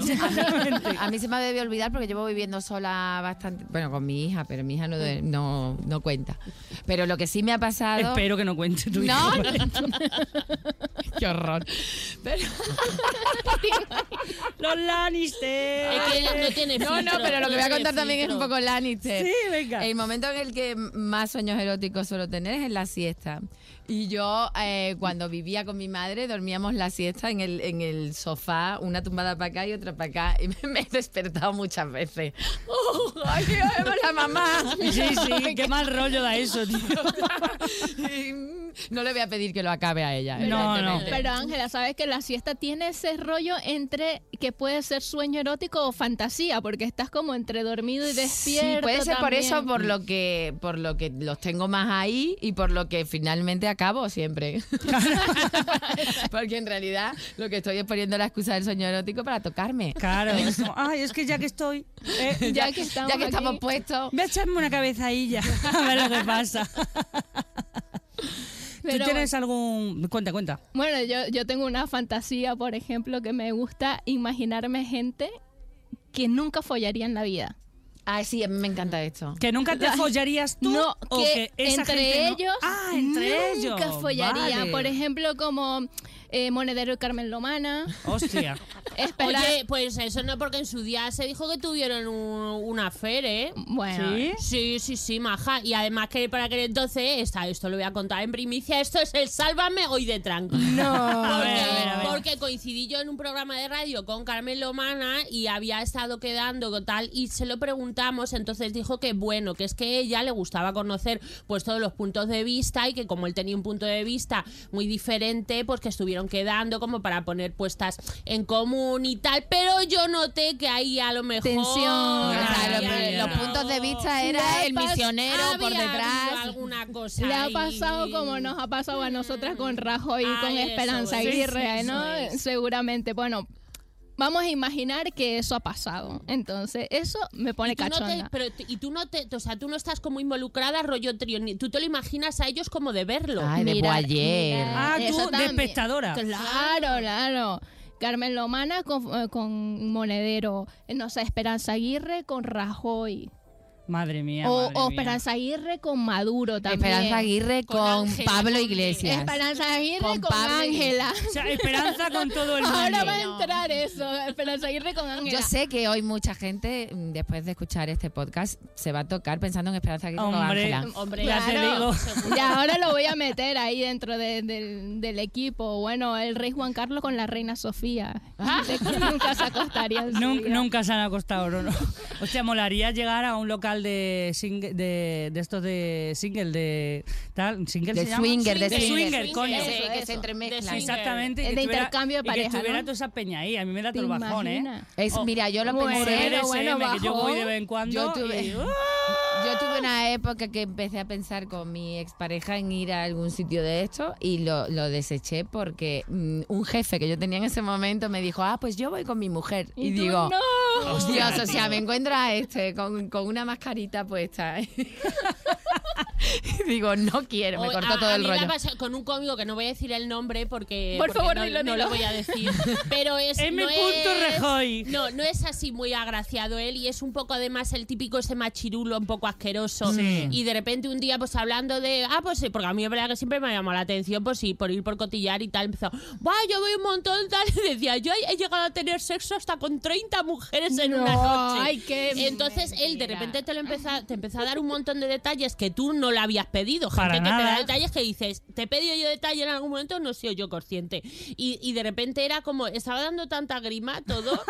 S5: A mí se me debe olvidar porque llevo viviendo sola bastante, bueno, con mi hija, pero mi hija no, de- no, no
S3: Oh,
S5: cuenta. Pero lo que sí me ha pasado...
S2: Espero que no cuente tu
S5: No,
S2: historia.
S5: *laughs* Qué horror. Pero-
S2: *laughs* Los Lannister.
S4: Es que no tiene
S5: no, no,
S4: filtro,
S5: pero lo que voy a
S4: tiene
S5: contar también es un
S4: filtro.
S5: poco Lannister.
S2: Sí, venga.
S3: Eh,
S5: El momento en el que más sueños eróticos suelo tener es en la siesta. Y yo, eh, cuando vivía con mi madre, dormíamos la siesta en el, en el sofá, una tumbada para acá y otra para acá. Y *laughs* me, me he despertado muchas veces. *laughs* ¡Oh, ¡Ay, que nos vemos la mamá! *laughs*
S2: Sí,
S3: *laughs*
S2: sí, qué mal rollo da eso, tío.
S5: Y, mm, no le voy a pedir que lo acabe a ella.
S2: No, no.
S5: evidentemente.
S3: Pero Ángela, sabes que la siesta tiene ese rollo entre que puede ser sueño erótico o fantasía, porque estás como entre dormido y despierto.
S5: Sí, puede ser por
S3: también.
S5: eso, por lo que, por lo que los tengo más ahí y por lo que finalmente acabo siempre. *laughs* Porque en realidad lo que estoy es poniendo la excusa del sueño erótico para tocarme.
S2: Claro, es como, ay, es que ya que estoy.
S3: *laughs*
S2: eh,
S3: Ya que estamos,
S5: ya que estamos
S3: aquí,
S5: puestos.
S2: Voy a echarme una cabezadilla *laughs* a ver lo que
S3: *laughs*
S2: pasa. ¿Tú
S3: pero
S2: tienes algún...? Cuenta, cuenta.
S3: Bueno, yo, yo tengo una fantasía, por ejemplo, que me gusta imaginarme gente que nunca follaría en la vida.
S5: Ah, sí, a mí me encanta esto.
S2: ¿Que nunca te follarías tú?
S3: No,
S2: o
S3: que,
S2: esa
S3: entre
S2: gente no-
S3: ellos
S2: Ah, entre ellos.
S3: nunca follaría.
S2: Vale.
S3: Por ejemplo, como eh, Monedero y Carmen Lomana. *laughs*
S2: Hostia.
S3: Espera.
S4: Oye, pues eso no, porque en su día se dijo que tuvieron un, una fer, ¿eh?
S3: bueno,
S2: ¿Sí?
S4: Sí, sí, sí, maja. Y además que para aquel entonces, esta, esto lo voy a contar en primicia, esto es el Sálvame hoy de tranqui. *laughs*
S2: A
S4: Porque,
S2: ver, a ver, a ver.
S4: porque coincidí yo en un programa de radio con Carmen Lomana y había estado quedando con tal y se lo preguntamos, entonces dijo que bueno, que es que ella le gustaba conocer pues todos los puntos de vista y que como él tenía un punto de vista muy diferente, pues que estuvieron quedando como para poner puestas en común y tal, pero yo noté que ahí a lo mejor
S3: Tensión.
S5: O sea,
S4: había-
S5: lo-
S2: Ay,
S5: los
S2: no.
S5: puntos de vista
S3: Ya
S5: era el
S3: pas-
S5: misionero
S4: había
S5: por
S4: habido
S5: detrás.
S4: alguna cosa
S3: le ha
S4: ahí.
S3: pasado como nos ha pasado a nosotras con Rajoy y
S4: Ah,
S3: con
S4: eso
S3: Esperanza
S4: es.
S3: Aguirre,
S4: Sí, sí,
S3: ¿no?
S4: eso es.
S3: Seguramente. Bueno, vamos a imaginar que eso ha pasado. Entonces, eso me pone
S4: Y tú no te-
S3: cachonda.
S4: pero t- y tú no te, o sea, tú no estás como involucrada rollo trío, ni- tú te lo imaginas a ellos como de verlo.
S5: Ay, de
S3: Mira,
S5: Boyer.
S3: mira,
S2: Ah, tú,
S3: eso
S2: de
S3: también.
S2: espectadora.
S3: Claro, claro. Carmen Lomana con, eh, con Monedero, eh, no sé, Esperanza Aguirre con Rajoy.
S2: Madre mía,
S3: o
S2: madre
S3: o
S2: mía.
S3: Esperanza Aguirre con Maduro también.
S5: Esperanza Aguirre
S4: Con
S5: con,
S4: Ángela
S5: Pablo
S4: Conde.
S5: Iglesias.
S3: Esperanza Aguirre
S5: Con
S3: con
S5: Pablo Iglesias.
S3: Ángela.
S2: O sea, esperanza con todo el mundo.
S3: *laughs* Ahora va a entrar eso, Esperanza Aguirre con Ángela.
S5: Yo sé que hoy mucha gente, mm, después de escuchar este podcast, se va a tocar pensando en Esperanza Aguirre con
S2: Hombre.
S5: Ángela.
S4: Hombre,
S2: Ya te digo.
S3: Y ahora lo voy a meter ahí dentro de- del, del equipo. Bueno, el rey Juan Carlos con la reina Sofía. De que *laughs* nunca
S2: *laughs*
S3: se acostarían.
S2: Nun-
S3: sí.
S2: Ah. nunca se han acostado, ¿no? *laughs* O sea, molaría llegar a un local de single, de, de estos de single, de tal, single
S5: De
S2: se llama?
S5: swinger, de
S2: de swinger,
S5: swinger.
S2: coño.
S5: Ese
S3: Eso,
S5: que se
S3: eso.
S5: entremezclan.
S4: De swinger.
S2: Exactamente. y
S3: Es
S2: que
S3: de
S2: estuviera-
S3: intercambio de
S2: y
S3: pareja,
S2: Que estuviera
S3: ¿no?
S2: toda esa peña ahí. A mí me da
S3: ¿Te
S2: todo el bajón, ¿eh.
S3: imaginas?
S5: Es,
S2: Oh.
S5: Mira, yo lo
S3: Bueno,
S5: pensé.
S2: Como BDSM,
S3: bueno,
S2: que yo
S3: bajón.
S2: voy de vez en cuando.
S5: Yo tuve-
S2: y, ¡uh!
S5: Yo tuve una época que empecé a pensar con mi expareja en ir a algún sitio de esto y lo, lo deseché porque mm, un jefe que yo tenía en ese momento me dijo, ah, pues yo voy con mi mujer. Y,
S3: tú,
S5: digo,
S3: no.
S5: Dios, o sea, me encuentro a este con, con una mascarita puesta. *laughs* y digo, no quiero, me
S4: O-
S5: cortó
S4: a-
S5: todo
S4: a
S5: el
S4: mí la
S5: rollo.
S4: pasa- con un cómico que no voy a decir el nombre porque,
S3: Por
S4: porque
S3: favor,
S4: no,
S3: dilo,
S4: no
S3: dilo.
S4: lo voy a decir. Pero es
S2: M.
S4: no
S2: punto
S4: es-
S2: Rajoy.
S4: No, no es así muy agraciado él y es un poco además el típico ese machirulo un poco asqueroso.
S2: Sí.
S4: Y de repente un día pues hablando de, ah, pues sí, porque a mí es verdad que siempre me ha llamado la atención, pues sí, por ir por cotillar y tal, empezó, va, yo voy un montón tal *laughs* y decía, yo he llegado a tener sexo hasta con 30 mujeres en una
S3: No,
S4: noche.
S3: ay, qué
S4: Entonces él de
S3: mentira.
S4: repente te lo empezó, te empezó a dar un montón de detalles que tú no le habías pedido, gente
S2: Para
S4: que te
S2: nada.
S4: da detalles que dices, te he pedido yo detalle en algún momento, no he sido yo consciente. Y, y de repente era como, estaba dando tanta grima
S3: *laughs*
S4: todo,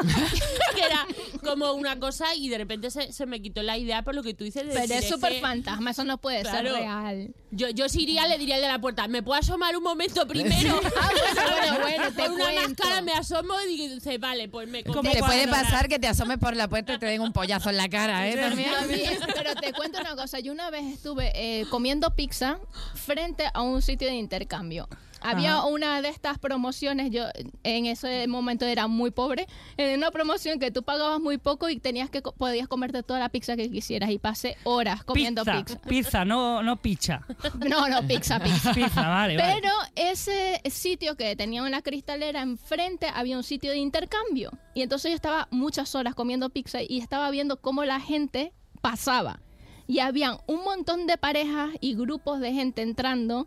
S4: que era como una cosa y de repente se, se me quitó la idea por lo que tú dices. de
S3: Pero
S4: decir,
S3: pues es
S4: es
S3: súper
S4: que
S3: fantasma, eso no puede
S4: Claro.
S3: ser real.
S4: Yo, yo sí iría, le diría al de la puerta, ¿me puedo asomar un momento primero?
S3: *laughs* Ah,
S4: *laughs*
S3: bueno, bueno, bueno, te
S4: Con una
S3: cuento.
S4: máscara me asomo y digo, dice, vale, pues me
S2: Como
S5: Te
S4: contesto".
S5: puede
S2: cuando-
S5: pasar que te asomes por la puerta y te den un pollazo en la cara, ¿eh? También.
S3: También, *laughs* pero te cuento una cosa, yo una vez estuve eh, comiendo pizza frente a un sitio de intercambio. Había una de estas promociones, yo en ese momento era muy pobre, en una promoción que tú pagabas muy poco y tenías que co- podías comerte toda la pizza que quisieras y pasé horas comiendo
S2: Pizza,
S3: pizza.
S2: pizza, no, no picha.
S3: No, no, pizza, pizza.
S2: Pizza, vale, vale.
S3: *laughs* Pero ese sitio que tenía una cristalera enfrente había un sitio de intercambio. Y entonces yo estaba muchas horas comiendo pizza y estaba viendo cómo la gente pasaba. Y habían un montón de parejas y grupos de gente entrando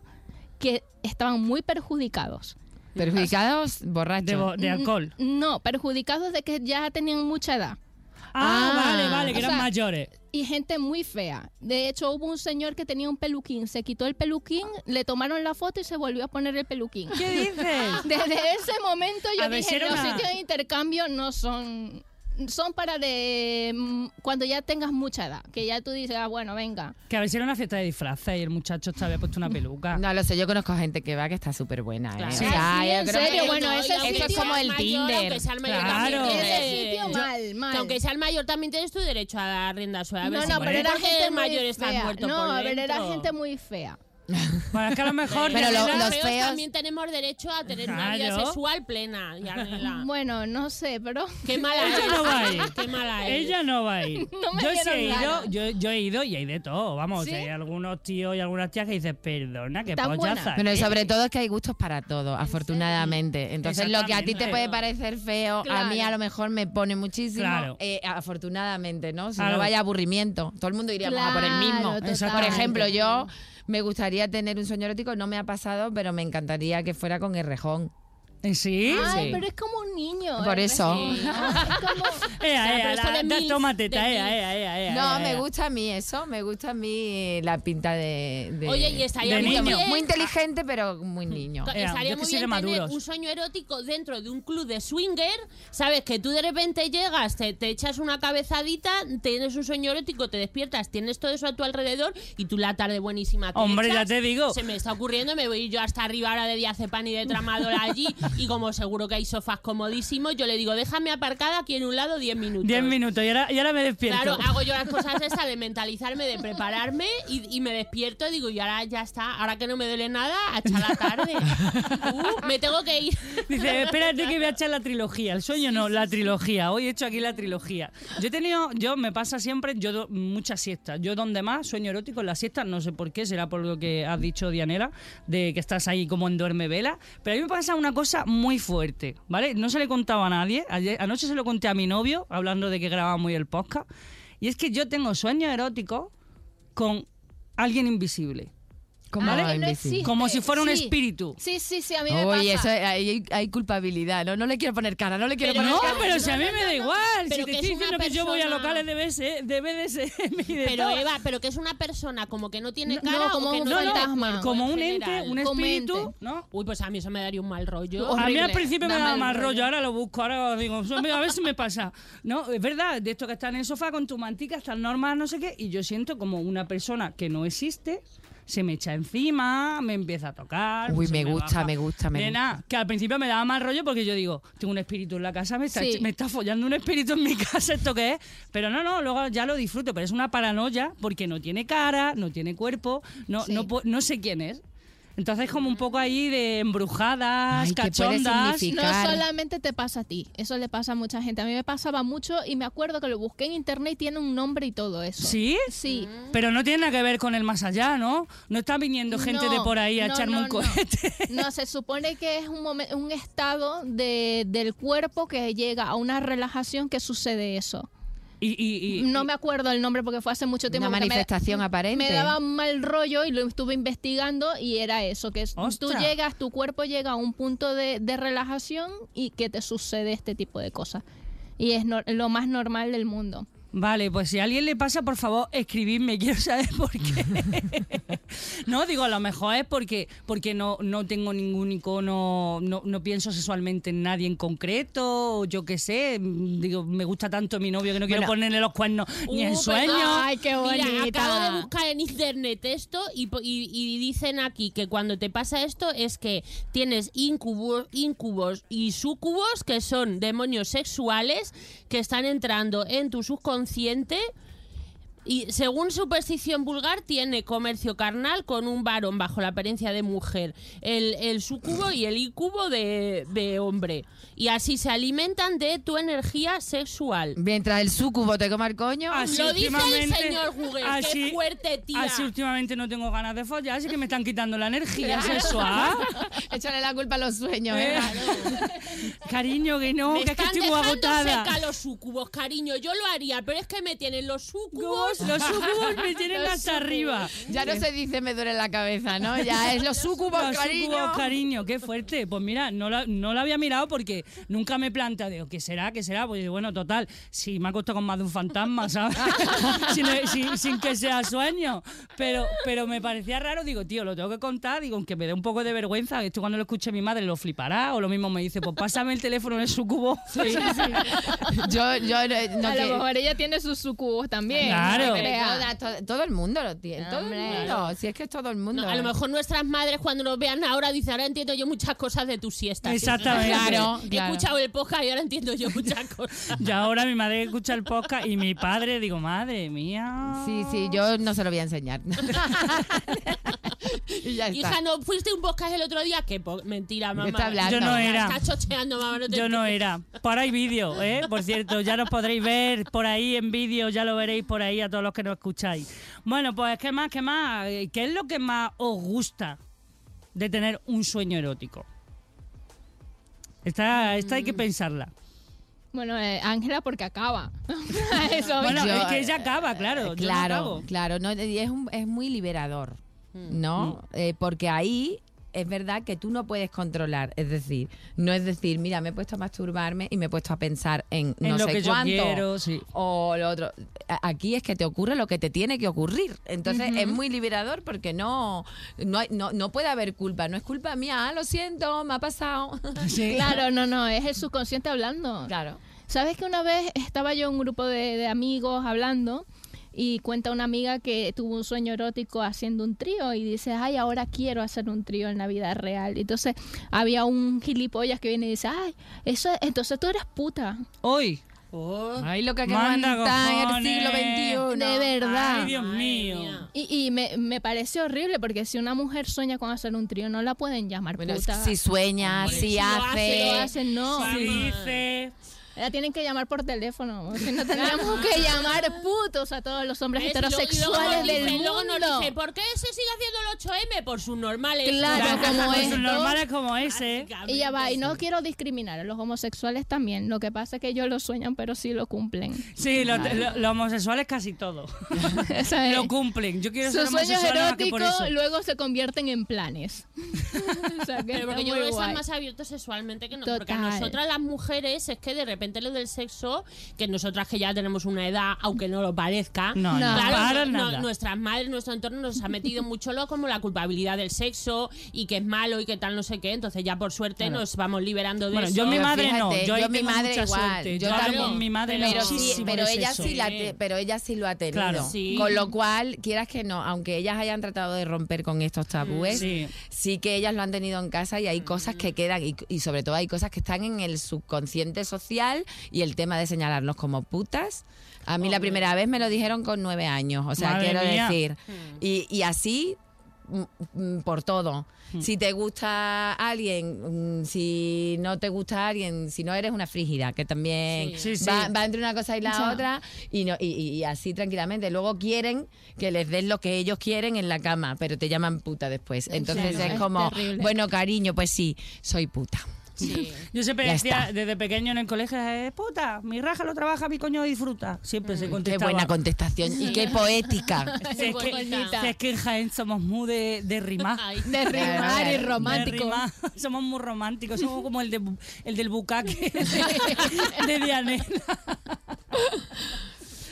S3: que estaban muy perjudicados.
S5: Perjudicados, borrachos.
S2: De, bo-
S3: mm,
S2: de alcohol.
S3: No, perjudicados de que ya tenían mucha edad.
S2: Ah,
S5: Ah.
S2: vale, vale, que
S3: O
S2: eran
S3: sea,
S2: mayores.
S3: Y gente muy fea. De hecho, hubo un señor que tenía un peluquín. Se quitó el peluquín, le tomaron la foto y se volvió a poner el peluquín.
S2: ¿Qué dices?
S3: Desde ese momento yo
S2: A ver, si
S3: dije,
S2: era
S3: los
S2: una-
S3: sitios de intercambio no son... Son para de... mm, Cuando ya tengas mucha edad. Que ya tú dices, ah, bueno, venga.
S2: *laughs* Que a ver si era una fiesta de disfraces y el muchacho te había puesto una peluca.
S5: No lo sé, yo conozco gente que va que está súper buena. ¿eh?
S2: Claro.
S5: O
S2: Sí.
S5: sea,
S3: Ah, sí,
S5: yo
S3: en
S5: creo
S3: serio,
S5: que-
S3: bueno, ese
S5: eso es
S3: sitio
S5: como el Tinder.
S2: Claro.
S3: Ese
S4: eh,
S3: sitio mal, mal.
S4: Aunque seas mayor, también tienes tu derecho a dar rienda suave. A ver
S3: No,
S4: si
S3: no, pero
S4: no
S3: era
S4: porque
S3: gente
S4: el mayor
S3: muy
S4: está
S3: fea.
S4: muerto
S3: No,
S4: por
S3: a ver, era
S4: dentro.
S3: gente muy fea.
S2: Bueno, es que a lo mejor.
S5: Pero lo-
S2: Yanela-
S5: los
S4: los
S5: feos-
S4: feos también tenemos derecho a tener una vida
S2: Claro.
S4: sexual plena,
S3: *laughs*
S4: Yanela.
S3: Bueno, no sé, pero...
S4: Qué mala
S2: Ella
S4: es.
S2: no va a ir.
S4: Qué mala es.
S2: Ella no va a ir.
S3: No me
S2: yo sí he
S3: dieron
S2: ido,
S3: ganas.
S2: yo, yo he ido y hay de todo, vamos.
S3: ¿Sí?
S2: Hay algunos tíos y algunas tías que dices, perdona, que
S3: Está
S2: pollaza.
S3: buena.
S5: Bueno, y
S2: ¿eh?".
S5: sobre todo es que hay gustos para todo, afortunadamente. Entonces, lo que a ti te
S2: Exactamente.
S5: puede parecer feo, a mí
S3: Claro.
S5: a lo mejor me pone muchísimo.
S2: Claro.
S5: eh, afortunadamente, ¿no? Si
S2: Claro.
S5: no vaya aburrimiento. Todo el mundo iría a por el mismo.
S3: Claro,
S2: Exacto.
S5: Por
S3: total.
S5: ejemplo, yo me gustaría tener un sueño erótico, no me ha pasado, pero me encantaría que fuera con Errejón.
S2: ¿Eh, ¿Sí?
S3: Ay,
S5: Sí.
S3: pero es como un niño.
S5: Por
S3: eh,
S5: eso. *laughs*
S3: pues, no, es como-
S2: Ea,
S4: pero
S2: ea,
S4: esto
S2: eh, la-
S4: de
S2: da-
S4: mils,
S2: toma
S4: de
S2: teta, eh, ea,
S4: mils.
S2: ea, ea, ea,
S5: No,
S2: ea,
S5: me
S2: ea.
S5: gusta a mí eso, me gusta a mí la pinta de... de-
S4: Oye, y estaría
S2: De
S4: muy
S2: niño.
S4: bien.
S5: Muy inteligente, pero muy niño.
S4: Co-
S2: Ea, yo
S4: Estaría
S2: que
S4: muy
S2: soy de
S4: bien tener
S2: maduros.
S4: un sueño erótico dentro de un club de swinger, sabes que tú de repente llegas, te, te echas una cabezadita, tienes un sueño erótico, te despiertas, tienes todo eso a tu alrededor y tú la tarde buenísima. te
S2: Hombre, ya
S4: echas,
S2: te digo.
S4: Se me está ocurriendo, me voy yo hasta arriba ahora de diazepam y de tramadora
S2: *laughs*
S4: allí y como seguro que hay sofás comodísimos, yo le digo, déjame aparcada aquí en un lado 10 minutos.
S2: Diez minutos y ahora, y ahora me despierto.
S4: Claro, hago yo las
S3: *laughs*
S4: cosas estas de mentalizarme, de prepararme y, y me despierto y digo, y ahora ya está, ahora que no me duele nada, a echar la
S3: *laughs*
S4: tarde. Uh, me tengo que ir.
S2: Dice, espérate que voy a echar la trilogía. El sueño no, la trilogía. Hoy he hecho aquí la trilogía. Yo he tenido, yo me pasa siempre, yo do- muchas siestas. Yo donde más sueño erótico en las siestas, no sé por qué, será por lo que has dicho, Dianela, de que estás ahí como en duerme vela. Pero a mí me pasa una cosa muy fuerte, ¿vale? No se le contaba a nadie. Ayer- anoche se lo conté a mi novio, hablando de que grabamos hoy el podcast. Y es que yo tengo sueños eróticos con alguien invisible.
S5: Como
S3: Ah, no
S5: imbécil.
S3: existe.
S2: Como si fuera un
S3: Sí.
S2: espíritu.
S3: Sí, sí, sí, a mí me pasa.
S5: Oye, eso ahí hay, hay culpabilidad, ¿no? No le quiero poner cara, no le quiero
S4: Pero
S5: poner
S2: No,
S5: cara.
S2: pero si a mí me da igual. Si
S4: Pero que
S2: te estoy
S4: es una
S2: diciendo que yo voy a
S4: persona-
S2: locales de BDSM, de BDSM y de
S4: Pero
S2: todo.
S4: Eva, pero que es una persona como que no tiene
S3: No,
S4: cara o
S3: como
S4: que
S3: un
S4: no tiene
S3: fantasma.
S4: cuerpo
S2: como
S4: en
S2: un ente,
S4: general.
S2: un
S3: Como
S2: espíritu,
S3: ente.
S2: ¿no?
S4: Uy, pues a mí eso me daría un mal rollo.
S3: Horrible,
S2: a mí al principio me
S3: da
S2: daba
S3: mal
S2: mal rollo.
S3: rollo.
S2: ahora lo busco, ahora lo digo, a ver si me pasa. No, es verdad, de esto que está en el sofá con tu mantica, estas normas, no sé qué, y yo siento como una persona que no existe se me echa encima, me empieza a tocar.
S5: Uy,
S2: se
S5: me gusta,
S2: baja.
S5: me gusta, me
S2: Nena, que al principio me daba mal rollo porque yo digo, tengo un espíritu en la casa, me está,
S3: Sí.
S2: me está follando un espíritu en mi *laughs* casa, ¿esto qué es? Pero no, no, luego ya lo disfruto, pero es una paranoia porque no tiene cara, no tiene cuerpo, no,
S3: Sí.
S2: no, pu- no sé quién es. Entonces como un poco ahí de embrujadas,
S5: Ay, ¿qué puede
S2: cachondas.
S5: significar?
S3: No
S5: picar.
S3: solamente te pasa a ti, eso le pasa a mucha gente. A mí me pasaba mucho y me acuerdo que lo busqué en internet y tiene un nombre y todo eso.
S2: ¿Sí?
S3: Sí.
S2: Pero no tiene nada que ver con el más allá, ¿no? No está viniendo gente
S3: No,
S2: de por ahí a
S3: no,
S2: echarme
S3: no,
S2: un
S3: no.
S2: cohete. *laughs*
S3: No, se supone que es un, momen- un estado de, del cuerpo que llega a una relajación que sucede eso.
S2: Y, y- y-
S3: No me acuerdo el nombre porque fue hace mucho tiempo.
S5: Una
S3: porque me-
S5: manifestación aparente.
S3: Me daba un mal rollo y lo estuve investigando y era eso, que es- tú
S2: ¡Ostras!
S3: llegas, tu cuerpo llega a un punto de, de relajación y que te sucede este tipo de cosas. Y es nor- lo más normal del mundo.
S2: Vale, pues si a alguien le pasa, por favor, escribidme, *laughs* quiero saber por qué. *laughs* no, digo, a lo mejor es porque, porque no, no tengo ningún icono, no, no pienso sexualmente en nadie en concreto, o yo qué sé, mm, digo, me gusta tanto mi novio que no quiero ponerle los cuernos ni en
S4: Uh,
S2: sueños.
S4: pero-
S3: Ay, qué
S4: Mira,
S3: bonita.
S4: acabo de buscar en internet esto y, po- y- y dicen aquí que cuando te pasa esto es que tienes incubos, incubos y sucubos que son demonios sexuales que están entrando en tu subconsciente. Y según superstición vulgar, tiene comercio carnal con un varón bajo la apariencia de mujer, el, el sucubo y el incubo de, de hombre. Y así se alimentan de tu energía sexual.
S5: Mientras el súcubo te coma el coño.
S2: Así
S4: Lo dice el
S2: últimamente-
S4: señor Google, qué fuerte, tía.
S2: Así últimamente no tengo ganas de follar, así que me están quitando la energía sexual.
S5: Échale la culpa a los sueños, ¿eh?
S2: *laughs* Cariño, que no,
S4: me
S2: que es que
S4: están
S2: estoy muy
S4: dejando
S2: agotada.
S4: seca los sucubos, cariño. Yo lo haría, pero es que me tienen los sucubos
S2: súcubos, los súcubos me tienen
S3: Los
S2: hasta
S3: súcubos.
S2: arriba.
S5: Ya no se dice me duele la cabeza, ¿no? Ya es los súcubos,
S2: Los
S5: cariño.
S2: súcubos, cariño, qué fuerte. Pues mira, no la, no la había mirado porque nunca me he planteado, digo, ¿qué será? ¿Qué será? Pues bueno, total, si me ha costado con más de un fantasma, ¿sabes? *laughs* sin, sin- sin que sea sueño. Pero, pero me parecía raro, digo, tío, lo tengo que contar, digo, aunque me dé un poco de vergüenza, esto cuando lo escuche mi madre lo flipará, o lo mismo me dice, pues pásame el teléfono del sucubo. *laughs*
S5: Yo, yo no, no
S3: a
S5: que-
S3: lo mejor ella tiene sus sucubos también.
S2: Claro.
S3: no te
S5: Pero
S3: creas.
S5: toda- to- todo el mundo lo tiene, todo el
S3: Hombre.
S5: mundo. Si es que es todo el mundo.
S4: No, a lo mejor nuestras madres cuando nos vean ahora dicen, ahora entiendo yo muchas cosas de tu siesta.
S2: Exactamente.
S5: Claro,
S4: He
S5: claro.
S4: escuchado el podcast y ahora entiendo yo muchas
S3: *laughs*
S4: cosas.
S2: Y ahora mi madre escucha el podcast y mi padre, digo, madre mía.
S5: Sí, sí, yo no se lo voy a enseñar. *laughs* y ya está.
S4: Hija, ¿no fuiste a un podcast el otro día? Que mentira, mamá.
S5: está hablando?
S2: Yo no era.
S4: Estás chocheando, mamá. No te
S2: Yo no era. Por ahí vídeo, ¿eh? Por cierto, ya nos podréis ver por ahí en vídeo, ya lo veréis por ahí a todos los que nos escucháis. Bueno, pues ¿qué más, qué más? ¿Qué es lo que más os gusta de tener un sueño erótico? Esta, esta hay que pensarla.
S3: Bueno, eh, Ángela, porque acaba. *laughs* Eso,
S2: Bueno,
S5: yo-
S2: es que ella acaba, claro. yo no
S5: Claro,
S2: acabo.
S5: claro, no, y es, un- es muy liberador, ¿no? Eh, porque ahí es verdad que tú no puedes controlar, es decir, no es decir, mira, me he puesto a masturbarme y me he puesto a pensar en no
S2: En lo
S5: sé
S2: que yo
S5: cuánto
S2: quiero, sí.
S5: o lo otro. A- Aquí es que te ocurre lo que te tiene que ocurrir, entonces es muy liberador porque no no, hay- no no puede haber culpa, no es culpa mía, ah, lo siento, me ha pasado. *laughs*
S3: Claro, no, no, es el subconsciente hablando.
S5: claro.
S3: ¿Sabes que una vez estaba yo en un grupo de, de amigos hablando y cuenta una amiga que tuvo un sueño erótico haciendo un trío y dice, ay, ahora quiero hacer un trío en la vida real. Entonces había un gilipollas que viene y dice, ay, eso, entonces tú eres puta.
S2: Hoy.
S5: Ay, lo que nos han
S2: Manda
S5: dado en el
S2: cojones.
S5: siglo XXI.
S3: de verdad.
S2: Ay, Dios
S4: Madre
S2: mío.
S4: mía.
S3: Y, y me, me parece horrible porque si una mujer sueña con hacer un trío no la pueden llamar
S5: Bueno,
S3: puta.
S5: si sueña,
S4: Hombre,
S5: si
S4: si lo
S5: hace,
S4: hace,
S3: Lo hacen, no.
S2: Si dice.
S3: La tienen que llamar por teléfono. porque Si no tendríamos que llamar putos a todos los hombres
S4: ¿Ves? Y luego- y
S3: heterosexuales
S4: luego nos
S3: del
S4: dice-
S3: mundo.
S4: luego nos dice, ¿por qué se sigue haciendo el 8M? Por sus normales.
S3: Claro,
S4: *laughs*
S3: como
S2: Con
S4: Pues
S3: esto.
S2: sus normales Pues como ese.
S3: Y ya va, y no quiero discriminar, a los homosexuales también. Lo que pasa es que ellos lo sueñan, pero sí
S4: *laughs*
S3: lo cumplen.
S2: Sí, los, lo- los homosexuales casi todos.
S3: Esa
S2: *laughs*
S3: es.
S2: Lo cumplen. Yo quiero ser
S3: Sus sueños
S2: homosexual nada más que por eso.
S3: eróticos luego se convierten
S4: *laughs*
S3: en planes. o sea, que
S4: Pero porque
S3: está
S4: yo
S3: muy
S4: creo que
S3: guay.
S4: están más abiertos sexualmente que nosotros. Porque a
S3: Total.
S4: nosotras las mujeres es que de repente lo del sexo, que nosotras que ya tenemos una edad, aunque no lo parezca,
S2: No, no,
S4: claro,
S2: para
S4: no-
S2: nada.
S4: nuestras madres, nuestro entorno nos ha metido mucho lo como la culpabilidad del sexo y que es malo y que tal no sé qué. Entonces ya por suerte nos vamos liberando de
S2: Bueno,
S4: eso.
S2: yo mi
S5: Pero
S2: madre no,
S5: fíjate,
S2: yo ahí
S5: mi
S2: tengo
S5: madre
S2: mucha
S5: igual.
S2: suerte.
S5: Yo
S2: Yo
S5: también,
S4: con mi madre
S5: pero,
S4: muchísimo
S5: sí, pero
S2: de
S5: ella
S2: sexo.
S5: sí la te- pero ella sí lo ha tenido.
S2: Claro.
S4: Sí.
S5: Con lo cual, quieras que no, aunque ellas hayan tratado de romper con estos tabúes,
S2: Sí.
S5: sí que ellas lo han tenido en casa y hay cosas que quedan y, y sobre todo hay cosas que están en el subconsciente social y el tema de señalarnos como putas. A mí la primera vez me lo dijeron con nueve años, o sea,
S2: Madre
S5: quiero
S2: mía. Mm.
S5: decir. Y, y así mm, mm, por todo. Si te gusta alguien, mm, si no te gusta alguien, si no eres una frígida, que también
S2: Sí. Sí,
S5: Va,
S2: sí.
S5: va entre una cosa y la
S3: Ya.
S5: otra y, no, y, y- y así tranquilamente. Luego quieren que les des lo que ellos quieren en la cama, pero te llaman puta después. Entonces
S3: Claro,
S5: es
S3: es
S5: como,
S3: terrible.
S5: bueno, cariño, pues sí, soy puta.
S4: Sí.
S2: Yo siempre
S5: Ya
S2: decía
S5: está.
S2: desde pequeño en el colegio, eh, puta, mi raja lo trabaja, mi coño disfruta. Siempre se
S5: Qué
S2: contestaba.
S5: buena contestación y qué poética.
S2: Si es, que,
S4: Bonita.
S2: si es que en Jaén somos muy de, *laughs* de rimar.
S4: Ay,
S3: De rimar y romántico.
S2: De rimar. *laughs* Somos muy románticos, somos como el, de, bu- el del bucaque *laughs* de, de Dianela.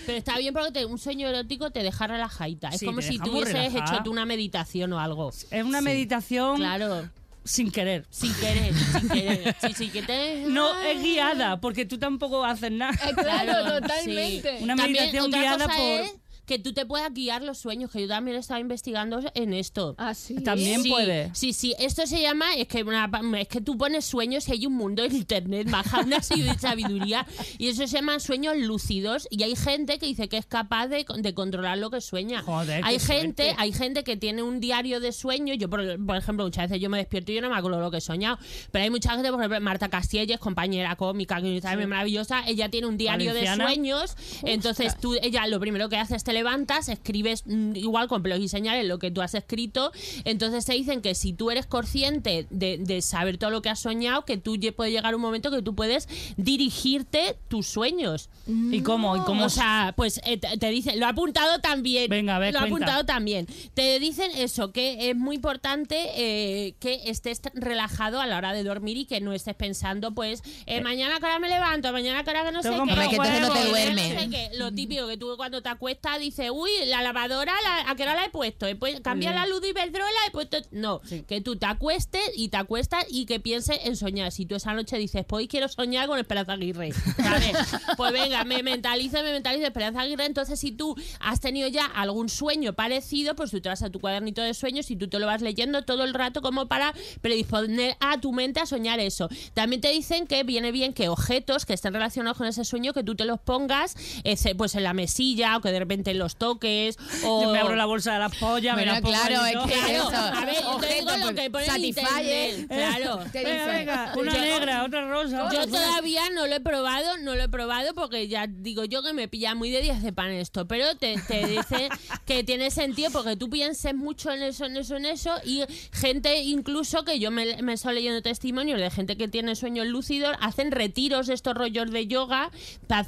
S4: Pero está bien porque te- un sueño erótico te deja relajadita. Es
S2: Sí,
S4: como
S2: te
S4: si
S2: deja
S4: tú
S2: muy
S4: hubieses
S2: relajada.
S4: hecho tú una meditación o algo.
S2: Es una meditación
S4: Claro.
S2: sin querer.
S4: Sin querer, sin querer. Sí, sí, que te...
S2: No es guiada, porque tú tampoco haces nada.
S3: Eh, claro, totalmente.
S4: sí.
S2: Una
S4: También
S2: meditación
S4: otra
S2: guiada
S4: cosa
S2: por-
S4: es que tú te puedas guiar los sueños, que yo también estaba investigando en esto.
S3: Así.
S2: Ah, También
S4: Sí,
S2: puede.
S4: Sí, sí, esto se llama, es que, una- es que tú pones sueños y hay un mundo en internet, baja una *laughs* sabiduría, y eso se llama sueños lúcidos, y hay gente que dice que es capaz de, de controlar lo que sueña.
S2: Joder, qué
S4: hay gente,
S2: suerte.
S4: hay gente que tiene un diario de sueños, yo por, por ejemplo, muchas veces yo me despierto y yo no me acuerdo lo que he soñado, pero hay mucha gente, por ejemplo, Marta Castielles, compañera cómica, que también es maravillosa, ella tiene un diario
S2: Valenciana.
S4: de sueños, entonces tú, ella lo primero que hace es levantas, escribes mm, igual con pelos y señales lo que tú has escrito. Entonces te dicen que si tú eres consciente de, de saber todo lo que has soñado, que tú lle- puede llegar un momento que tú puedes dirigirte tus sueños.
S2: *laughs* ¿Y cómo? ¿Y cómo?
S4: O sea, pues eh, te te dicen, lo ha apuntado también.
S2: Venga, a ver,
S4: Lo ha
S2: cuenta.
S4: apuntado también. Te dicen eso, que es muy importante eh, que estés t- relajado a la hora de dormir y que no estés pensando, pues, eh, mañana que ahora me levanto, mañana que ahora no sé
S2: Tengo
S4: qué. pues,
S2: que comprar
S4: que
S5: Hombre, que entonces no te duermes.
S2: Mm.
S4: Lo típico que tú cuando te acuestas dices, uy, la lavadora, la- ¿a qué hora la he puesto? He pu- cambiar la luz de Iberdrola, he puesto... No, que tú te acuestes y te acuestas y que pienses en soñar. Si tú esa noche dices, pues hoy quiero soñar con Esperanza
S2: *laughs*
S4: Aguirre, ¿sabes? pues venga, me mentalizo, me mentalizo Esperanza Aguirre. Entonces, si tú has tenido ya algún sueño parecido, pues tú te vas a tu cuadernito de sueños y tú te lo vas leyendo todo el rato como para predisponer a tu mente a soñar eso. También te dicen que viene bien que objetos que estén relacionados con ese sueño, que tú te los pongas ese- pues en la mesilla o que de repente los toques o...
S2: *laughs* Yo me abro la bolsa de las pollas, me la
S5: Bueno,
S2: pongo
S5: claro,
S2: ahí, ¿no? *laughs*
S5: es que
S4: Oh. Claro,
S5: eso.
S4: a ver, yo te digo lo
S5: objeto,
S4: que pone en
S5: Satisfyer,
S4: internet, *laughs* claro.
S5: Te
S2: Venga,
S5: dicen.
S2: venga, una negra, otra rosa. otra
S4: Yo
S2: azul.
S4: todavía no lo he probado, no lo he probado porque ya digo yo que me pilla muy de 10 de pan esto, pero te, te
S5: *laughs*
S4: dice que tiene sentido porque tú pienses mucho en eso, en eso, en eso y gente incluso que yo me, me he estado leyendo testimonios de gente que tiene sueños lúcidos, hacen retiros de estos rollos de yoga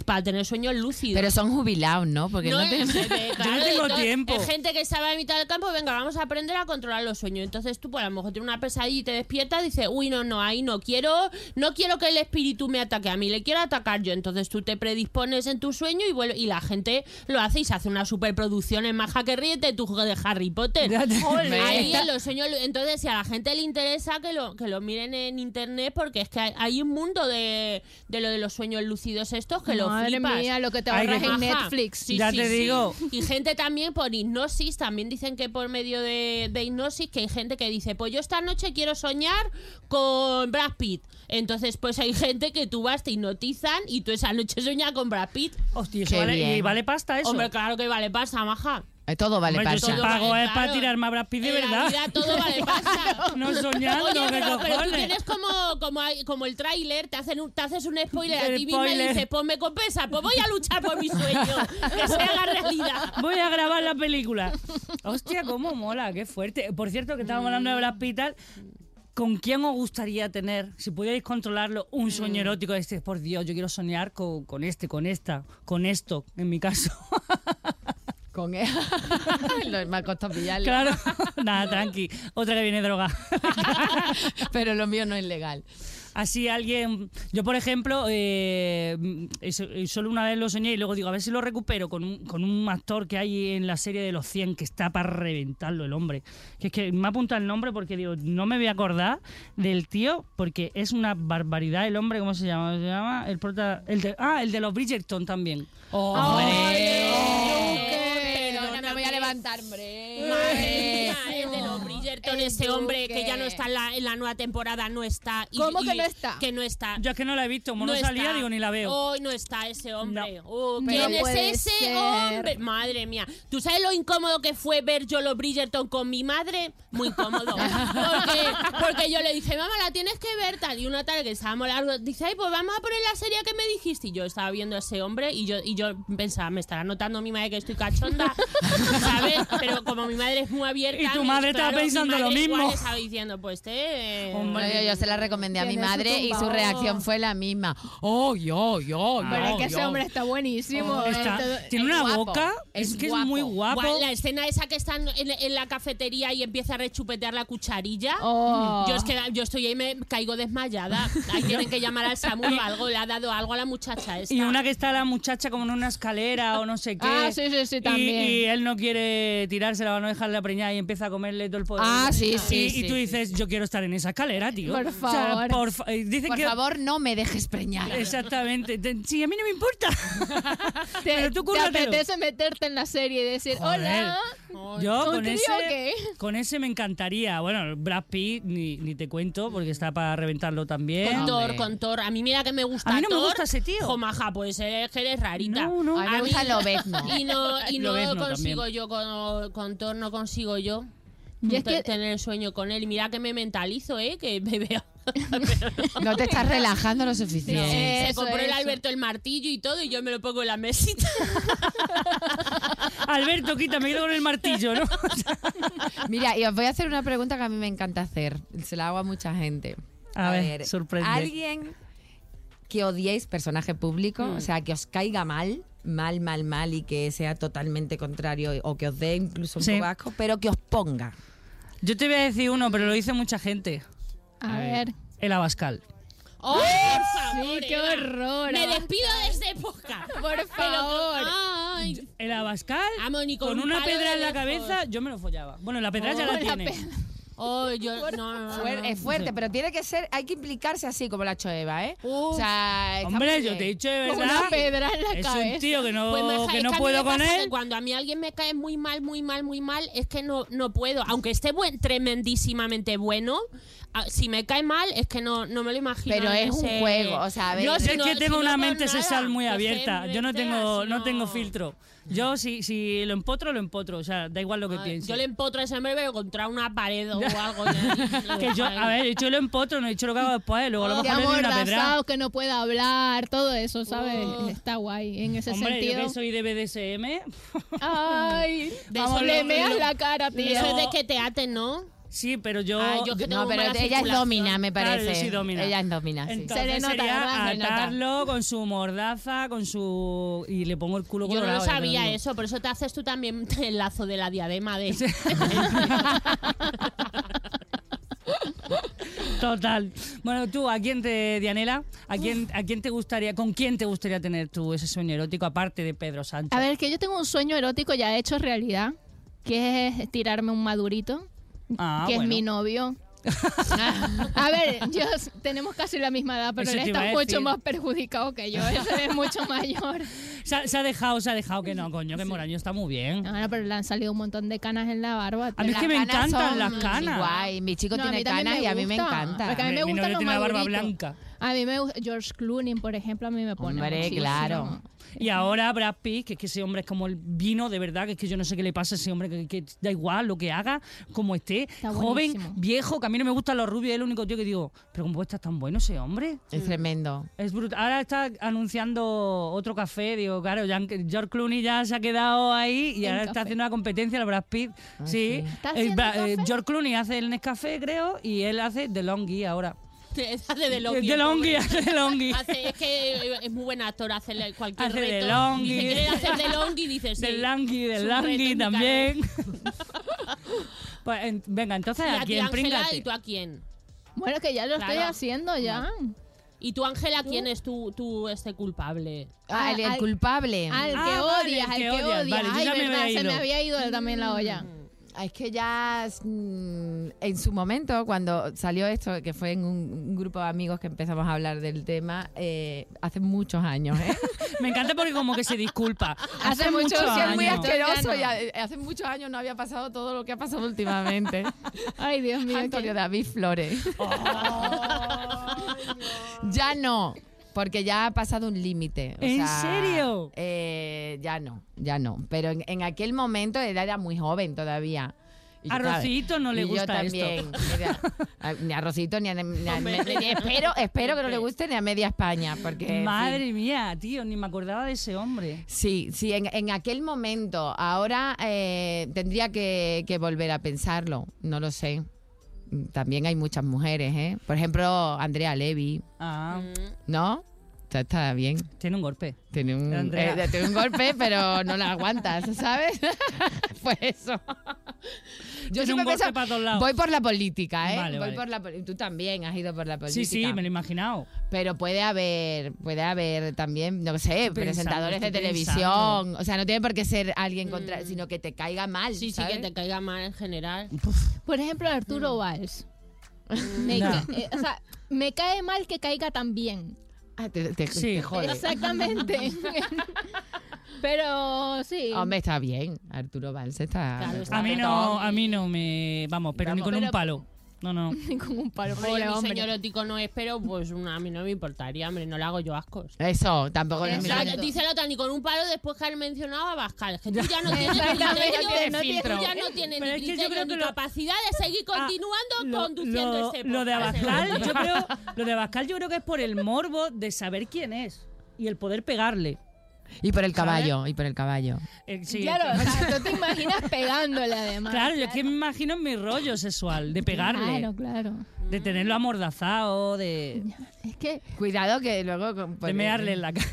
S4: para tener sueños lúcidos.
S5: Pero son jubilados, ¿no? Porque no,
S4: No,
S5: te-
S4: es- de-
S2: *laughs*
S4: de-
S2: Yo no
S4: de
S2: tengo
S4: todo-
S2: tiempo.
S4: Es gente que estaba en mitad del campo, venga, vamos a aprender a controlar los sueños. Entonces tú, pues a lo mejor tienes una pesadilla y te despiertas y dices, uy, no, no, ahí no quiero, no quiero que el espíritu me ataque a mí, le quiero atacar yo. Entonces tú te predispones en tu sueño y vuelve- y la gente lo hace y se hace una superproducción en Maja que ríete tu juego de Harry Potter.
S2: Ya te- eh.
S4: Ahí en los sueños, entonces si a la gente le interesa que lo, que lo miren en internet porque es que hay, hay un mundo de, de lo de los sueños lúcidos estos que lo
S3: Madre
S4: flipas.
S3: mía, lo que te
S2: Ay,
S3: ahorras
S2: que-
S3: en
S4: Ajá.
S3: Netflix.
S4: Sí,
S2: Ya
S4: sí,
S2: te
S4: sí.
S2: digo.
S4: Y gente también por hipnosis, también dicen que por medio de, de hipnosis, que hay gente que dice, pues yo esta noche quiero soñar con Brad Pitt. Entonces, pues hay gente que tú vas, te hipnotizan y tú esa noche sueñas con Brad Pitt.
S2: Hostia,
S5: Qué
S2: eso vale, y
S5: bien.
S2: vale pasta eso.
S4: Hombre, claro que vale, pasa, maja.
S5: *laughs* Eh, todo vale
S2: Hombre, yo
S5: pasta.
S2: sí
S4: Todo
S2: pago eh,
S4: vale,
S2: es para
S4: claro.
S2: tirar más Brad Pitt de
S4: En la
S2: verdad.
S4: vida todo vale, pasa.
S2: *laughs* No soñando,
S4: Oye,
S2: que
S4: pero, pero tú
S2: cojones.
S4: tienes como, como, hay- como el tráiler, te, hacen un- te haces un spoiler
S2: El
S4: a ti mismo y
S2: spoiler.
S4: dices, pues me compensa, pues voy a luchar por mi sueño, que se haga realidad.
S2: Voy a grabar la película. Hostia, cómo mola, qué fuerte. Por cierto, que estábamos hablando de Brad Pitt, tal, ¿Con quién os gustaría tener, si pudierais controlarlo, un sueño erótico? Este, por Dios, yo quiero soñar con, con este, con esta, con esto, en mi caso. *laughs*
S5: Con él. *laughs* Lo- me ha costado *laughs* pillarlo.
S2: claro. *laughs* Nada, tranqui. Otra que viene droga. *laughs*
S5: *laughs* Pero lo mío no es legal.
S2: Así alguien. Yo, por ejemplo, eh, eso- eh, solo una vez lo soñé y luego digo, a ver si lo recupero con un, con un actor que hay en la serie de los 100 que está para reventarlo el hombre. Que es que me apunta el nombre porque digo, no me voy a acordar del tío porque es una barbaridad el hombre. ¿Cómo se llama? ¿Se llama? El prota. El de, ah, el de los Bridgerton también.
S5: ¡Hombre!
S4: Duque,
S5: Pero no me voy a
S4: perdóname.
S5: levantar, hombre.
S4: Madre mía, el de los Bridgerton,
S5: El
S4: ese hombre
S5: Duque.
S4: que ya no está en la, en la nueva temporada, no está. Y-
S5: ¿Cómo que
S4: y-
S5: no está?
S4: Que no está.
S2: Yo es que no la he visto, como no, salía,
S4: está. Oh,
S2: digo, ni la veo.
S4: Hoy no está ese hombre. Oh,
S3: No
S4: ¿Quién
S3: puede
S4: es ese
S3: ser.
S4: hombre? Madre mía. ¿Tú sabes lo incómodo que fue ver yo los Bridgerton con mi madre? Muy
S2: *laughs*
S4: incómodo. porque, porque yo le dije, mamá, la tienes que ver tal. Y una tarde que estábamos largo, dice, ay, pues vamos a poner la serie que me dijiste. Y yo estaba viendo a ese hombre y yo, y yo pensaba, me estará notando mi madre que estoy
S2: *laughs*
S4: cachonda. ¿Sabes? Pero como mi madre es muy abierta.
S2: Y tu
S4: me-
S2: madre estaba
S4: mi
S2: pensando lo
S4: madre igual
S2: mismo.
S4: estaba diciendo, pues te.
S5: No, yo, yo se la recomendé a mi
S3: Tiene su
S5: madre y su
S3: tumbao.
S5: reacción fue la misma. ¡Oh, yo, yo,
S3: Pero
S2: Ah.
S4: Ah,
S3: es que ese
S5: yo!
S3: hombre está buenísimo.
S4: Oh,
S2: Está-
S3: Este-
S2: tiene
S5: es
S2: una
S5: guapo,
S2: boca, es,
S5: es
S2: que es muy guapo.
S4: Guau, la escena esa que están en, en la cafetería y empieza a rechupetear la cucharilla.
S3: Oh.
S4: Yo es que yo estoy ahí y me caigo desmayada. Ahí tienen que llamar al SAMU
S2: *laughs*
S4: o algo. Le ha dado algo a la muchacha esta.
S2: Y una que está la muchacha como en una escalera o no sé qué.
S3: Ah, sí, sí, sí,
S2: Y-
S3: también.
S2: Y, él no quiere tirársela o no dejarla preñada y empieza a comerle todo el poder.
S5: Ah, sí,
S2: Y-
S5: sí,
S2: Y,
S5: sí,
S2: tú
S5: sí,
S2: dices, yo quiero estar en esa escalera, tío.
S3: Por
S2: O sea,
S3: favor.
S2: por fa- eh, dicen
S5: Por
S2: que-
S5: favor, no me dejes preñar.
S2: Exactamente. Te- Sí, a mí no me importa.
S3: *laughs*
S2: *laughs*
S3: te,
S2: Pero tú
S3: te
S2: cúrratelo.
S3: apetece meterte en la serie y decir,
S2: Joder.
S3: hola.
S2: Yo
S3: ¿Un
S2: con
S3: trío
S2: ese,
S3: o qué?
S2: con ese me encantaría. Bueno, Brad Pitt ni, ni te cuento porque está para reventarlo también.
S4: Con Thor,
S5: Hombre.
S4: con Thor. A mí mira que me gusta
S2: A mí no me
S4: Thor.
S2: gusta ese tío.
S4: Jo, maja, pues eres que eres rarita.
S2: No, no.
S5: A mí me gusta Lobezno.
S4: Y
S5: *laughs*
S4: no, y no
S2: Lobezno
S4: consigo yo con, con Thor, no consigo yo.
S3: Y es
S4: te-
S3: que-
S4: tener el sueño con él. Y Mira que me mentalizo, ¿eh? Que me veo *laughs*
S5: No te estás relajando lo suficiente.
S4: Se
S3: Eso,
S4: compró el
S3: eso.
S4: Alberto el martillo y todo y yo me lo pongo en la mesita.
S2: Alberto, quítame, quedo con el martillo,
S3: *laughs*
S2: ¿no?
S5: Mira, y os voy a hacer una pregunta que a mí me encanta hacer. Se la hago a mucha gente.
S2: A ver, sorprende.
S5: Alguien que odiéis personaje público,
S2: Mm.
S5: o sea, que os caiga mal, mal, mal, mal y que sea totalmente contrario o que os dé incluso un
S2: Sí.
S5: poco asco, pero que os ponga.
S2: Yo te voy a decir uno, pero lo dice mucha gente.
S3: A ver.
S2: El Abascal.
S4: ¡Oh, por
S3: Sí,
S4: favor!
S3: qué
S4: Eva!
S3: horror. Ah,
S4: Me despido de este *laughs* podcast.
S3: Por favor.
S4: Ay,
S2: El Abascal,
S4: Amo, ni con
S2: con
S4: un
S2: una
S4: palo
S2: pedra
S4: de
S2: en la
S4: lejos.
S2: cabeza, yo me lo follaba. Bueno, la pedra ya la
S3: Con la
S2: tiene.
S3: pe-
S4: oh, yo, no, no, no,
S5: Fuer-
S4: no.
S5: es fuerte, pero tiene que ser, hay que implicarse así como la ha hecho Eva, ¿eh? o sea, está
S2: Hombre,
S5: muy
S2: yo
S5: bien.
S2: te he dicho de
S3: Con
S2: verdad.
S3: una pedra en la
S2: es un
S3: cabeza.
S2: tío que no,
S4: Pues, maja,
S2: que
S4: es
S2: no
S4: a mí
S2: puedo
S4: me
S2: con
S4: pasa que
S2: él.
S4: Cuando a mí alguien me cae muy mal, muy mal, muy mal, es que no, no puedo. Aunque esté buen, tremendísimamente bueno, a- si me cae mal, es que no, no me lo imagino.
S5: Pero
S4: en
S5: es un
S4: ese-
S5: juego, o sea, a ver-
S4: Yo
S5: Es
S4: si
S2: Yo es
S4: no-
S2: que
S4: si
S2: tengo
S4: no
S2: una
S4: por
S2: mente
S4: nada,
S2: sexual muy
S4: que se
S2: abierta. Yo no
S4: meta,
S2: tengo,
S4: si
S2: no tengo filtro. Yo si, si lo empotro, lo empotro. O sea, da igual lo que
S4: Ay,
S2: piense.
S4: Yo le empotro a ese hombre, pero contra una pared
S2: *laughs*
S4: o algo. le-
S2: que yo, a
S4: ¿eh?
S2: ver, he dicho lo empotro, no he dicho lo que hago después. Luego a lo
S3: Que
S2: mejor le doy una pedra. Oh.
S3: amordazado, que no pueda hablar, todo eso, ¿sabes? Está guay en ese
S2: Hombre, yo
S3: sentido.
S2: que soy de BDSM.
S3: Ay,
S4: De
S3: vamos,
S4: eso
S3: le
S4: lo-
S3: meas
S4: lo-
S3: la cara, tío.
S4: Eso es de que te aten, ¿no?
S2: *laughs* Sí, pero yo.
S4: Ah, yo que
S5: No,
S4: tengo
S5: pero
S4: mala
S5: ella es
S4: circulación.
S5: domina, me
S2: Claro,
S5: parece.
S2: yo sí domina.
S5: Ella es domina, sí.
S2: Entonces
S3: Se le nota,
S2: sería
S3: además, se nota.
S2: atarlo con su mordaza, con su. Y le pongo el culo
S4: Yo no
S2: colorado,
S4: lo
S2: te
S4: sabía
S2: digo.
S4: eso, por eso te haces tú también *laughs* el lazo de la diadema de...
S2: Total. Bueno, tú, ¿a quién te, Dianela? ¿A quién, ¿A quién te gustaría, con quién te gustaría tener tú ese sueño erótico aparte de Pedro Sánchez?
S3: A ver, que yo tengo un sueño erótico ya hecho realidad, que es tirarme un madurito,
S2: Ah,
S3: que es
S2: bueno. *laughs*
S3: mi novio. a ver, yo, tenemos casi la misma edad, pero
S2: Eso
S3: él
S2: te
S3: está
S2: iba a
S3: mucho
S2: decir.
S3: más perjudicado que yo. Él es mucho mayor.
S2: Se, ha- se ha dejado, se ha dejado que no, coño, que Moraño está muy bien.
S3: No, no, pero le han salido un montón de canas en la barba.
S2: A mí es
S5: Las
S2: que me
S5: canas
S2: encantan
S5: son
S2: las canas.
S5: Guay, mi chico
S3: No, a mí
S5: tiene
S3: también
S5: canas
S3: me
S5: y a mí me
S3: gusta.
S5: encanta.
S3: Porque a mí me
S2: Mi
S3: gustan
S2: novio
S3: los
S2: tiene la barba
S3: maduritos.
S2: blanca.
S3: A mí me gusta George Clooney, por ejemplo, a mí me pone
S5: Hombre,
S3: muchísimo.
S5: claro.
S2: Y ahora Brad Pitt, que es que ese hombre es como el vino, de verdad, que es que yo no sé qué le pasa a ese hombre, que, que da igual lo que haga, como esté, joven,
S3: buenísimo.
S2: viejo, que a mí no me gustan los rubios, es el único tío que digo, pero ¿cómo estás tan bueno ese hombre?
S5: Es tremendo.
S2: Es brutal. Ahora está anunciando otro café, digo, claro, ya- George Clooney ya se ha quedado ahí y
S3: En
S2: ahora
S3: café.
S2: está haciendo una competencia, el Brad Pitt. sí.
S3: ¿Está
S2: Eh,
S3: haciendo
S2: Bra- eh,
S3: café?
S2: George Clooney hace el Nescafé, creo, y él hace The Longhi ahora. Eh,
S4: Esa de de Longhi,
S2: The Longhi,
S4: pobre.
S2: hace *laughs* The Longhi.
S4: Hace- es que eh, es muy buen actor, hace le- cualquier
S2: Hace de
S4: reto.
S2: Longhi.
S4: Si quiere hacer de Longhi, dices sí.
S2: Del Langui,
S4: Es
S2: del
S4: un reto
S2: Langui
S4: en mi
S2: también. *laughs* pues en- venga, entonces
S4: Y a ti,
S2: aquí quién,
S4: Ángela,
S2: Príngate?
S4: ¿y tú a quién?
S3: Bueno, que ya lo estoy
S4: Claro.
S3: haciendo ya.
S4: ¿Y tú, Ángela, quién es tu, tu este culpable?
S5: Ah, el, el
S3: al-
S5: culpable.
S3: Ah, el que
S2: Ah, vale,
S3: odias,
S2: el
S3: al
S2: que
S3: que
S2: odias.
S3: odias.
S2: Vale, yo
S3: Ay,
S2: ya me
S3: verdad,
S2: había
S3: se me
S2: ido.
S3: había ido también la olla.
S5: Ah, Es que ya mm, en su momento, cuando salió esto, que fue en un, un grupo de amigos que empezamos a hablar del tema, eh, hace muchos años, ¿eh?
S2: Me encanta porque como que se *laughs* disculpa. Hace, muchos
S5: sí, es muy
S2: años.
S5: asqueroso y a- eh, hace muchos años no había pasado todo lo que ha
S2: *laughs*
S5: pasado últimamente.
S3: Ay, Dios mío.
S5: Antonio
S3: que-
S5: David Flores. ya no, porque ya ha pasado un límite. o
S2: ¿En
S5: sea,
S2: serio?
S5: eh, ya no, ya no. Pero en, en aquel momento él era muy joven todavía. Y
S2: A
S5: claro,
S2: Rocito no le
S5: y
S2: gusta
S5: yo también. Era- a- ni a Rocito, ni a,
S2: *laughs*
S5: ni a-
S4: Hombre.
S5: ni- espero, espero que no le guste ni a media España.
S2: Eh,
S5: Porque, en fin.
S2: Madre mía, tío, ni me acordaba de ese hombre.
S5: Sí, sí, en, en aquel momento. Ahora eh, tendría que, que volver a pensarlo, no lo sé. También hay muchas mujeres, ¿eh? Por ejemplo, Andrea Levy,
S2: Ah,
S5: ¿no? Está, está bien.
S2: tiene un golpe.
S5: Tiene un,
S2: Andrea.
S5: eh, tiene un golpe, pero no la aguantas, *laughs* ¿sabes? pues eso.
S2: Tiene un
S5: siempre
S2: golpe
S5: pienso,
S2: para todos lados.
S5: Voy por la política, ¿eh?
S2: Vale,
S5: voy
S2: vale.
S5: por la poli- Tú también has ido por la política.
S2: Sí, sí, me lo he imaginado.
S5: Pero puede haber, puede haber también, no sé,
S2: Estoy
S5: presentadores de
S2: pensando, Mm. estoy
S5: televisión.
S2: pensando.
S5: O sea, no tiene por qué ser alguien contra, sino que te caiga mal.
S4: Sí, sí,
S5: ¿sabes?
S4: que te caiga mal en general.
S3: Por ejemplo, Arturo Valls. Me,
S2: No.
S3: ca- eh, o sea, me cae mal que caiga tan bien.
S5: Ah, te- te-
S2: Sí, *laughs*
S5: te
S2: joder. *laughs*
S3: Exactamente. Pero sí.
S5: Hombre, está bien. Arturo Valls está.
S4: Claro,
S5: está
S2: A mí no, a mí no me. Vamos, pero ni
S5: Vamos.
S2: con un
S3: Pero-
S2: palo. No, no.
S3: *laughs* con un palo.
S4: Hombre,
S3: Pobre
S4: yo mi
S3: hombre.
S4: sueño erótico no es, pero pues una, a mí no me importaría, hombre, no le hago yo ascos.
S5: Eso, tampoco lo
S4: O sea,
S5: miro.
S4: dice la otra, ni con un palo después que han mencionado a Bascal. Que tú ya no tienes
S3: Exactamente,
S4: criterio,
S3: no tienes
S4: tú
S3: filtro.
S4: ya no tienes
S2: Pero
S4: ni
S2: es que yo
S4: criterio
S2: creo
S4: ni
S2: que lo-
S4: capacidad de seguir
S2: Ah,
S4: continuando
S2: lo-
S4: conduciendo
S2: lo,
S4: ese
S2: lo de
S4: podcast.
S2: *laughs* Abascal, yo creo, lo de Abascal yo creo que es por el morbo de saber quién es y el poder pegarle.
S5: Y por el caballo, y por el caballo.
S2: Eh, sí,
S3: Claro, o sea, tú te imaginas pegándole además.
S2: Claro, yo es que me imagino mi rollo sexual, de pegarle,
S3: Claro, claro.
S2: de tenerlo amordazado, de,
S3: Es que
S5: Cuidado que luego... con-
S2: de
S5: pues,
S2: mearle en la
S5: *laughs*
S2: cara.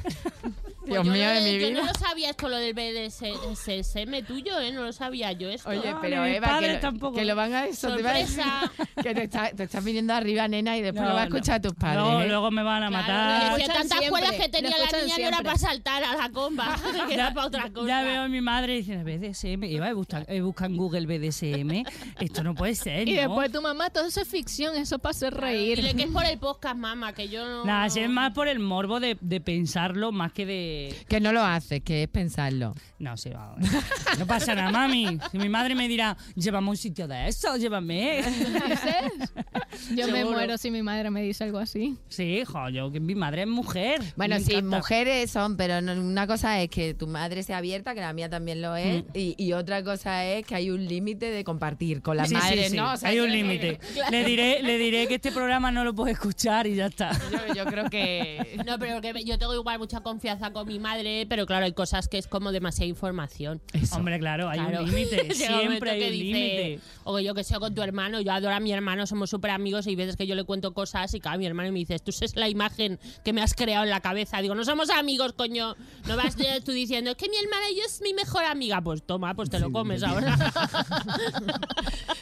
S4: Pues
S5: Dios
S4: yo
S5: mío
S4: no-
S5: de mi
S4: yo no
S5: vida.
S4: lo sabía esto, lo del BDSM tuyo, ¿eh? No lo sabía yo esto.
S5: Oye,
S2: No,
S5: pero
S2: ni mis
S5: Eva,
S2: padres
S5: que, lo-
S2: tampoco.
S5: que lo van a eso, te iba a decir
S4: Sorpresa.
S5: *laughs* que te, está- te estás viniendo arriba, nena, y después
S2: No,
S5: lo vas a
S2: no.
S5: escuchar a tus padres.
S2: Luego,
S5: ¿eh?
S2: luego me van a
S4: Claro,
S2: matar.
S4: decía
S3: Lo escuchan
S4: tantas cuerdas
S3: siempre,
S4: que tenía
S3: lo
S4: la
S3: escuchan
S4: niña no era
S3: siempre.
S4: para saltar a la
S2: *laughs*
S4: comba, *laughs* que era para otra cosa.
S2: ya veo a mi madre diciendo BDSM, Eva, y busca, y busca en Google BDSM. Esto no puede
S5: *laughs*
S2: ser,
S3: Y
S2: ¿no?
S3: después tu mamá, todo eso es ficción, eso para hacer reír.
S4: Dile que es por el podcast, mamá, que yo no...
S2: Nada, si es más por el morbo de, de pensarlo más que de...
S5: Que no lo haces, que es pensarlo.
S2: No, sí, vamos. eh, No pasa nada, mami. Si mi madre me dirá, llévame a un sitio de eso, llévame.
S3: ¿Dices? *laughs* Yo me
S2: Seguro.
S3: muero si mi madre me dice algo así.
S2: Sí, hijo, yo, que mi madre es mujer.
S5: Bueno,
S2: Me
S5: sí,
S2: encanta.
S5: mujeres son, pero no- una cosa es que tu madre sea abierta, que la mía también lo es,
S2: Mm.
S5: y, y otra cosa es que hay un límite de compartir con la
S2: Sí, sí,
S5: madre,
S2: sí.
S5: ¿no? O sea,
S2: Hay
S5: yo
S2: un
S5: creo que-
S2: límite.
S5: Claro.
S2: Le diré, le diré que este programa no lo puedo escuchar y ya está.
S5: Yo, yo creo que...
S4: No, pero que yo tengo igual mucha confianza con mi madre, pero claro, hay cosas que es como demasiada información.
S2: Hombre, claro, hay
S4: Claro.
S2: un límite.
S4: *laughs* Llega un momento
S2: Siempre hay
S4: que
S2: un
S4: dice,
S2: límite.
S4: O yo que sé, con tu hermano, yo adoro a mi hermano, somos súper amigos y hay veces que yo le cuento cosas y cada mi hermano me dice, tú es la imagen que me has creado en la cabeza. Digo, no somos amigos, coño. No vas de- tú diciendo, es que mi hermana yo es mi mejor amiga. Pues toma, pues te lo comes ahora.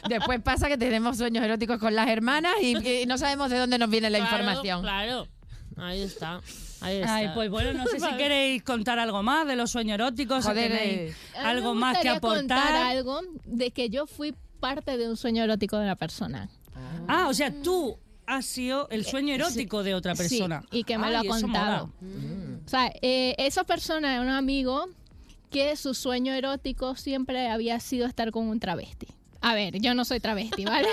S5: Después pasa que tenemos sueños eróticos con las hermanas y, y no sabemos de dónde nos viene la
S4: Claro,
S5: información.
S4: Claro, ahí está. Ahí está.
S2: Ay, pues bueno, no sé si queréis contar algo más de los sueños eróticos,
S5: Joder,
S2: si tenéis
S5: eh.
S3: A mí
S2: algo
S3: me
S2: más que
S3: gustaría contar
S2: aportar.
S3: algo de que yo fui parte de un sueño erótico de la persona.
S2: Ah, o sea, tú has sido el sueño erótico de otra persona.
S3: Sí, y que me lo
S2: Ay,
S3: ha
S2: eso
S3: contado.
S2: mola.
S3: O sea, eh, esa persona era un amigo que su sueño erótico siempre había sido estar con un travesti. A ver, yo no soy travesti,
S5: *laughs*
S3: ¿vale?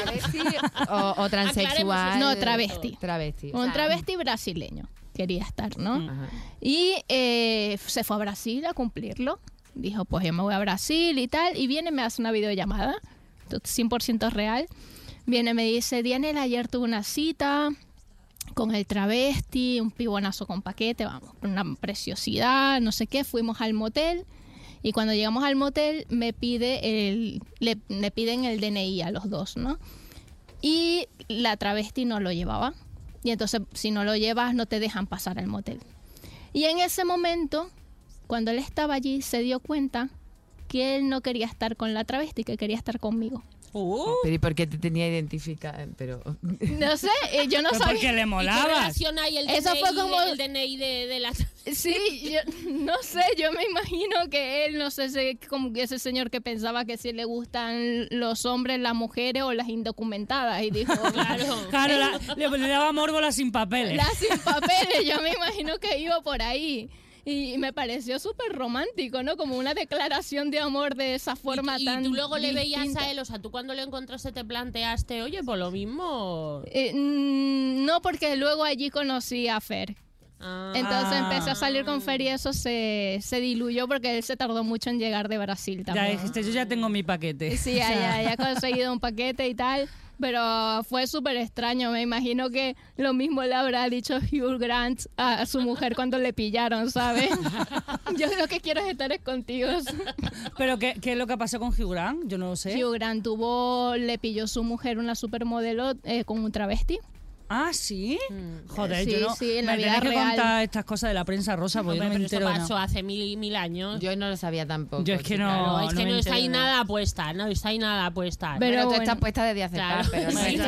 S5: O, o transexual.
S3: No, travesti.
S5: Travesti.
S3: un travesti brasileño quería estar, ¿no?
S2: Mm.
S5: Ajá.
S3: Y eh, se fue a Brasil a cumplirlo. Dijo, pues yo me voy a Brasil y tal. Y viene, me hace una videollamada, 100% real. Viene, me dice, Dianel, ayer tuve una cita con el travesti, un pibonazo con paquete, vamos, una preciosidad, no sé qué. Fuimos al motel y cuando llegamos al motel me pide el, le, le piden el DNI a los dos, ¿no? Y la travesti no lo llevaba. Y entonces, si no lo llevas, no te dejan pasar al motel. Y en ese momento, cuando él estaba allí, se dio cuenta que él no quería estar con la travesti, que quería estar conmigo.
S2: Uh,
S5: Pero ¿y por qué te tenía identificada? Pero... *laughs*
S3: No sé, eh, yo no
S2: pero
S3: sabía.
S2: porque le
S4: ¿Y qué
S2: molabas.
S4: relación hay el
S3: Eso
S4: DNI
S3: fue como-
S4: del DNI de, de
S2: *laughs*
S4: las...
S3: Sí, yo no sé, yo me imagino que él, no sé, ese, como que ese señor que pensaba que si le gustan los hombres, las mujeres o las indocumentadas.
S4: *laughs*
S3: Y dijo,
S4: Claro.
S2: Claro, la- le, le daba morbo la sin papeles.
S3: las sin papeles, yo me imagino que iba por ahí. Y me pareció súper romántico, ¿no? Como una declaración de amor de esa forma
S4: y, y
S3: tan.
S4: tú luego le veías
S3: distinta.
S4: a él, o sea, tú cuando le encontraste te planteaste, oye, por lo mismo...
S3: Eh, mm, no, porque luego allí conocí a Fer.
S4: Ah.
S3: Entonces
S2: Ah.
S3: empecé a salir con Fer y eso se, se diluyó porque él se tardó mucho en llegar de
S2: Ya
S3: Brasil también.
S2: dijiste, yo ya tengo mi paquete.
S3: Sí, ya, ya, ya he conseguido un paquete y tal. Pero fue súper extraño. Me imagino que lo mismo le habrá dicho Hugh Grant a, a su mujer cuando le pillaron, ¿sabes? Yo lo que quiero es estar es contigo.
S2: *laughs* Pero ¿qué, qué es lo que pasó con Hugh Grant? Yo no lo sé.
S3: Hugh Grant tuvo, le pilló su mujer una supermodelo eh, con un travesti.
S2: Ah, ¿sí? Joder,
S3: Sí,
S2: yo no...
S3: sí, en la
S2: me
S3: vida
S2: tenéis que
S3: real.
S2: contar estas cosas de la prensa rosa porque
S4: Hombre,
S2: yo no
S4: pero
S2: me
S4: eso
S2: entero de
S4: pasó
S2: nada.
S4: hace mil, mil años.
S5: Yo no lo sabía tampoco.
S2: Yo es que
S5: chica.
S2: no-
S4: Claro, es que
S2: me
S4: no está ahí
S2: entero, no.
S4: nada puesta, no está ahí nada puesta.
S3: Pero
S5: Pero, tú
S3: bueno.
S5: estás puesta desde hace
S4: Claro. *laughs*
S5: par, pero no
S4: Sí.
S5: es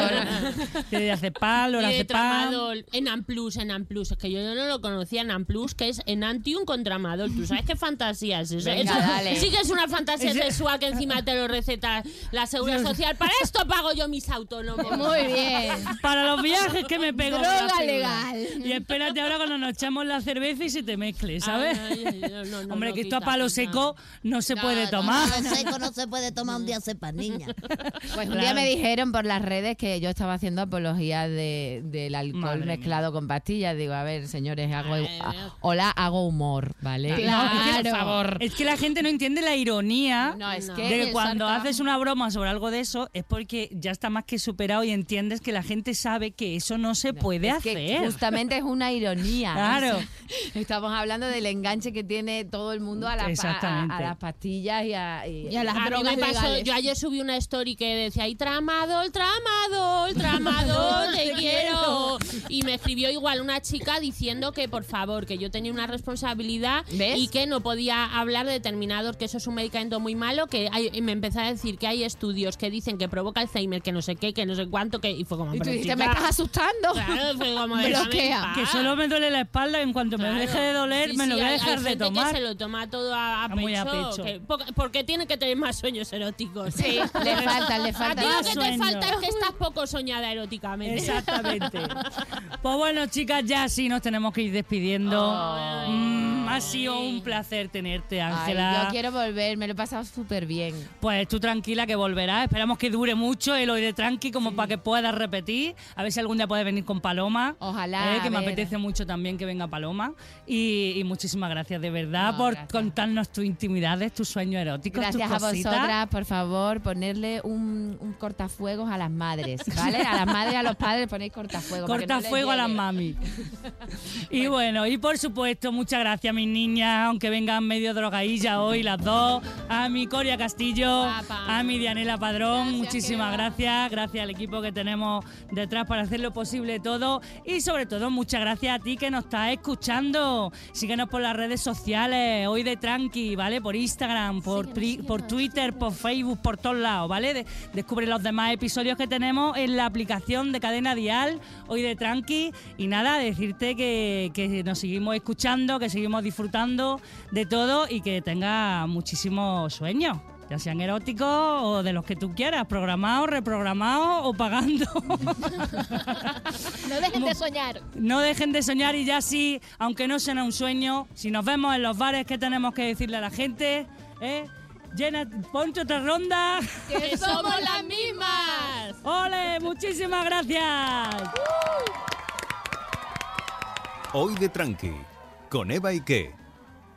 S5: todo-
S2: De Acepal,
S4: Y *laughs* de
S2: Lorazepam...
S4: Tramadol, en Amplus, en Amplus, es que yo no lo conocía en Amplus, que es Enantium con Tramadol. ¿Tú sabes qué fantasía es eso?
S5: Venga,
S4: Eso
S5: dale.
S4: sí que es una fantasía
S2: Ese-
S4: sexual que encima te lo receta la Seguridad Social. Para esto pago yo mis autónomos.
S3: Muy bien.
S2: Para los viajes. viajes que me pego. con la
S3: Droga
S5: *laughs*
S2: fibra.
S3: legal.
S2: Y espérate ahora cuando nos echamos la cerveza y se te mezcle, ¿sabes?
S4: Ay, ay, ay, no, no,
S2: Hombre,
S4: no,
S2: que esto a
S4: quita,
S2: palo
S4: quita.
S2: seco no se puede
S6: Claro,
S2: tomar.
S6: No, seco no se puede tomar un día sepa, niña.
S5: Pues un
S2: Claro.
S5: día me dijeron por las redes que yo estaba haciendo apología de- del alcohol
S2: Madre
S5: mezclado con pastillas. Digo, a ver, señores, hago,
S4: Madre
S5: a-
S4: mía.
S5: hola, hago humor, ¿vale?
S3: Claro.
S5: Por favor.
S2: Es que la gente no entiende la ironía
S5: No, es
S4: No.
S5: que...
S2: de que
S3: el
S2: cuando
S3: sarcasmo.
S2: haces una broma sobre algo de eso es porque ya está más que superado y entiendes que la gente sabe que eso no se puede
S5: es
S2: hacer.
S5: que justamente es una ironía.
S2: Claro.
S5: Estamos hablando del enganche que tiene todo el mundo a, las pa- a,
S2: Exactamente.
S5: a las pastillas y a, y-
S3: Y a las
S4: A mí
S3: drogas
S4: me pasó-
S3: legales.
S4: yo ayer subí una story que decía, ¡Ay, tramadol, tramadol, tramadol, te quiero! Y me escribió igual una chica diciendo que, por favor, que yo tenía una responsabilidad
S5: ¿Ves?
S4: y que no podía hablar de determinados, que eso es un medicamento muy malo, que hay- y me empezó a decir que hay estudios que dicen que provoca Alzheimer, que no sé qué, que no sé cuánto, que... Y fue como,
S5: Y tú
S4: "Pero,
S5: dices,
S4: chica,
S5: me
S4: *laughs*
S5: estás asustando.
S4: Claro, fue como,
S3: Bloquea.
S4: "Déjame en paz".
S5: Ah.
S2: Que solo me duele la espalda y en cuanto me
S4: Claro.
S2: deje de doler
S4: Sí,
S2: me lo
S4: sí,
S2: voy a
S4: hay- hay
S2: dejar de
S4: gente que
S2: tomar.
S4: se lo toma todo a, a pecho.
S2: Muy a pecho.
S4: que- porque, porque tiene que tener más sueños eróticos.
S5: Sí,
S4: *laughs*
S5: le falta, le
S4: A
S5: falta.
S4: ti lo que te
S2: sueño.
S4: falta es que estás poco soñada eróticamente.
S2: Exactamente. pues bueno, chicas, ya sí nos tenemos que ir despidiendo.
S5: Ay.
S2: Mm, ha sido un placer tenerte,
S5: Ay,
S2: Ángela.
S5: yo quiero volver, me lo he pasado súper bien.
S2: Pues tú tranquila que volverás. Esperamos que dure mucho el hoy de tranqui como para que puedas repetir. A ver si algún día puedes venir con Paloma.
S5: Ojalá,
S2: Eh, que
S5: a
S2: me
S5: ver.
S2: apetece mucho también que venga Paloma. Y, y muchísimas gracias de verdad
S5: No,
S2: por
S5: gracias.
S2: contarnos tus intimidades, tus sueños eróticos,
S5: Gracias
S2: tus
S5: a
S2: cositas.
S5: vosotras, por favor, ponerle un, un cortafuegos a las madres, ¿vale? A las madres y a los padres ponéis cortafuegos. para que no
S2: Corta
S5: les
S2: fuego a las
S5: llegue.
S2: mami. y bueno, y por supuesto, muchas gracias mis niñas, aunque vengan medio drogadillas hoy las dos, a mi Coria Castillo,
S4: Guapa.
S2: a mi Dianela Padrón,
S3: Gracias,
S2: muchísimas
S3: Gema.
S2: gracias, gracias al equipo que tenemos detrás para hacer lo posible todo y sobre todo muchas gracias a ti que nos estás escuchando. Síguenos por las redes sociales, hoy de Tranqui, ¿vale? Por Instagram, por,
S3: Síguenos,
S2: tri-
S3: síguenos,
S2: por Twitter, por Facebook, por todos lados, ¿vale? De- descubre los demás episodios que tenemos en la aplicación de Cadena Dial, hoy de Tranqui. Y nada, decirte que, que nos seguimos escuchando, que seguimos disfrutando de todo y que tengas muchísimos sueños. Ya sean eróticos o de los que tú quieras, programados, reprogramados o pagando.
S3: No dejen de soñar.
S2: No dejen de soñar y ya sí, aunque no sea un sueño, si nos vemos en los bares, ¿qué tenemos que decirle a la gente? ¿Eh? Llena, ponte otra ronda.
S4: ¡Que *laughs* somos las mismas!
S2: ¡Ole! Muchísimas gracias.
S1: Hoy de Tranqui, con Eva Ike.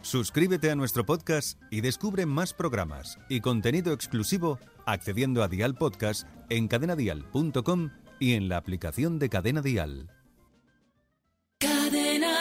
S1: Suscríbete a nuestro podcast y descubre más programas y contenido exclusivo accediendo a Dial Podcast en cadenadial.com y en la aplicación de Cadena Dial.
S7: Cadena